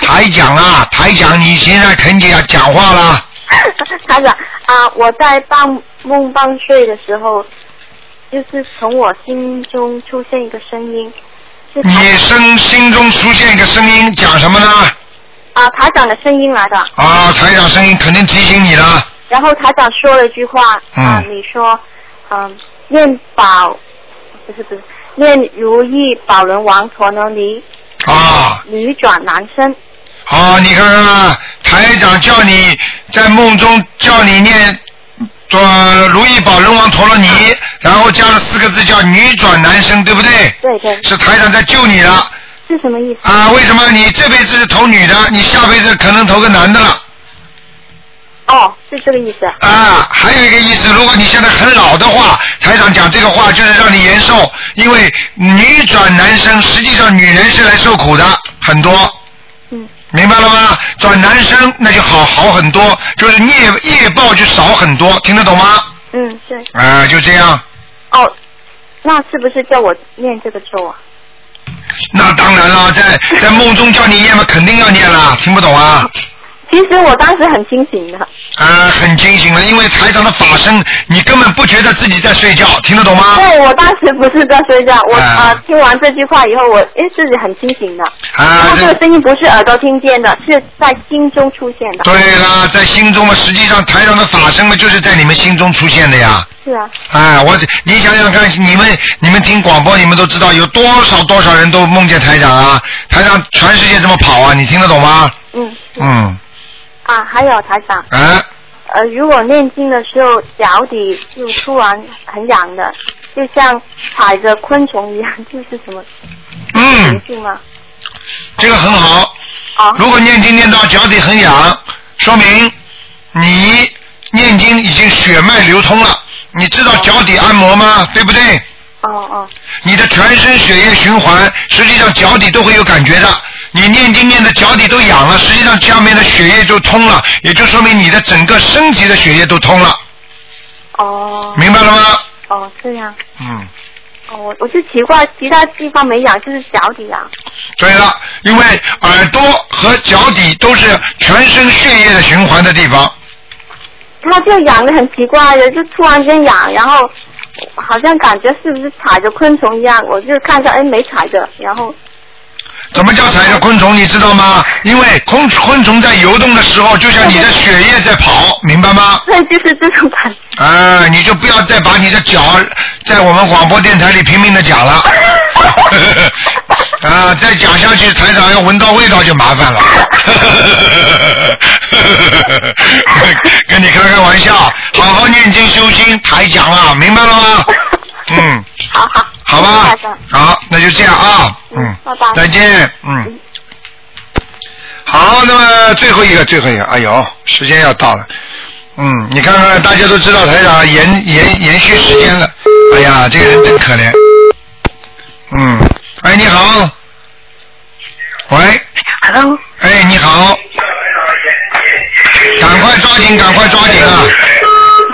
台长啊，台长，你现在肯讲讲话了。
台长啊，我在半梦半睡的时候，就是从我心中出现一个声音， 是台
你声心中出现一个声音，讲什么呢？
啊台长的声音来的，
啊，台长声音肯定提醒你了。
然后台长说了一句话，啊，
嗯
你说，嗯、念宝，不是不是，念如意宝轮王陀罗尼，
啊
女转男身，
啊！你看看啊，台长叫你在梦中叫你念做如意宝轮王陀罗尼，然后加了四个字叫女转男生，对不对？
对对，
是台长在救你了
是什么意思？
啊！为什么你这辈子是投女的，你下辈子可能投个男的了？
哦，是这个意思。
啊，还有一个意思，如果你现在很老的话，台长讲这个话就是让你延寿，因为女转男生，实际上女人是来受苦的很多。
嗯。
明白了吗？转男生那就好好很多，就是孽业报就少很多，听得懂吗？
嗯，对。
啊，就这样。
哦，那是不是叫我念这个咒啊？
那当 然了，在在梦中叫你念嘛，肯定要念啦，听不懂啊？
其实我当时很清醒的。
啊，很清醒了，因为台长的法身，你根本不觉得自己在睡觉，听得懂吗？
对，哎我当时不是在睡觉，我
啊
啊、听完这句话以后，我诶自己很清醒的。
啊
然后这
这
个声音不是耳朵听见的，是在心中出现的。
对啦，在心中嘛，实际上台长的法身嘛，就是在你们心中出现的呀。
是啊，
哎，我你想想看，你们你们听广播，你们都知道有多少多少人都梦见台长啊，台长全世界这么跑啊，你听得懂吗？
嗯
嗯，
啊，还有台长，
哎，
呃，如果念经的时候脚底就突然很痒的，就像踩着昆虫一样，就是什么
嗯，
情吗？
这个很好。
哦，
如果念经念到脚底很痒，说明你念经已经血脉流通了。你知道脚底按摩吗？对不对？
哦哦，
你的全身血液循环，实际上脚底都会有感觉的。你念经念的脚底都痒了，实际上下面的血液就通了，也就说明你的整个身体的血液都通了，
哦
明白了吗？
哦，这样。
嗯，
哦，我我就奇怪，其他地方没痒，就是脚底痒。
对了，因为耳朵和脚底都是全身血液的循环的地方，
他就痒的很奇怪的，就突然间痒，然后好像感觉是不是踩着昆虫一样，我就看一下，哎，没踩着，然后
怎么叫踩着昆虫？你知道吗？因为昆昆虫在游动的时候，就像你的血液在跑，明白吗？
对，就是这种感觉。
啊，你就不要再把你的脚在我们广播电台里拼命的讲了。 啊，再讲下去，台长要闻到味道就麻烦了。 跟你开开玩笑，好好念经修心，台讲啊，明白了吗？嗯，
好好，
好吧
台长，
好，那就这样啊，嗯
嗯，拜拜
再见，嗯。好，那么最后一个，最后一个，哎呦，时间要到了，嗯，你看看，大家都知道台长延延延续时间了，哎呀，这个人真可怜，嗯，哎，你好，喂，
Hello，
哎，你好，赶快抓紧，赶快抓紧啊！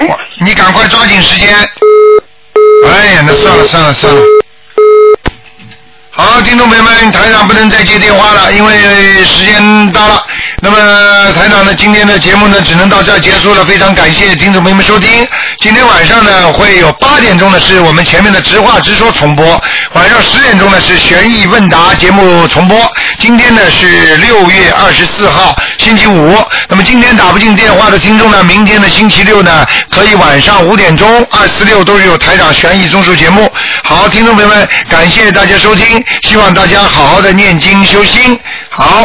我你赶快抓紧时间。哎呀，那算了算了算了。好，听众朋友们，台长不能再接电话了，因为时间到了。那么台长呢，今天的节目呢，只能到这儿结束了。非常感谢听众朋友们收听。今天晚上呢，会有八点钟呢是我们前面的直话直说重播，晚上十点钟呢是悬疑问答节目重播。今天呢是六月二十四号，星期五。那么今天打不进电话的听众呢，明天的星期六呢，可以晚上五点钟，二四六都是有台长悬疑综述节目。好，听众朋友们，感谢大家收听，希望大家好好的念经修心。好。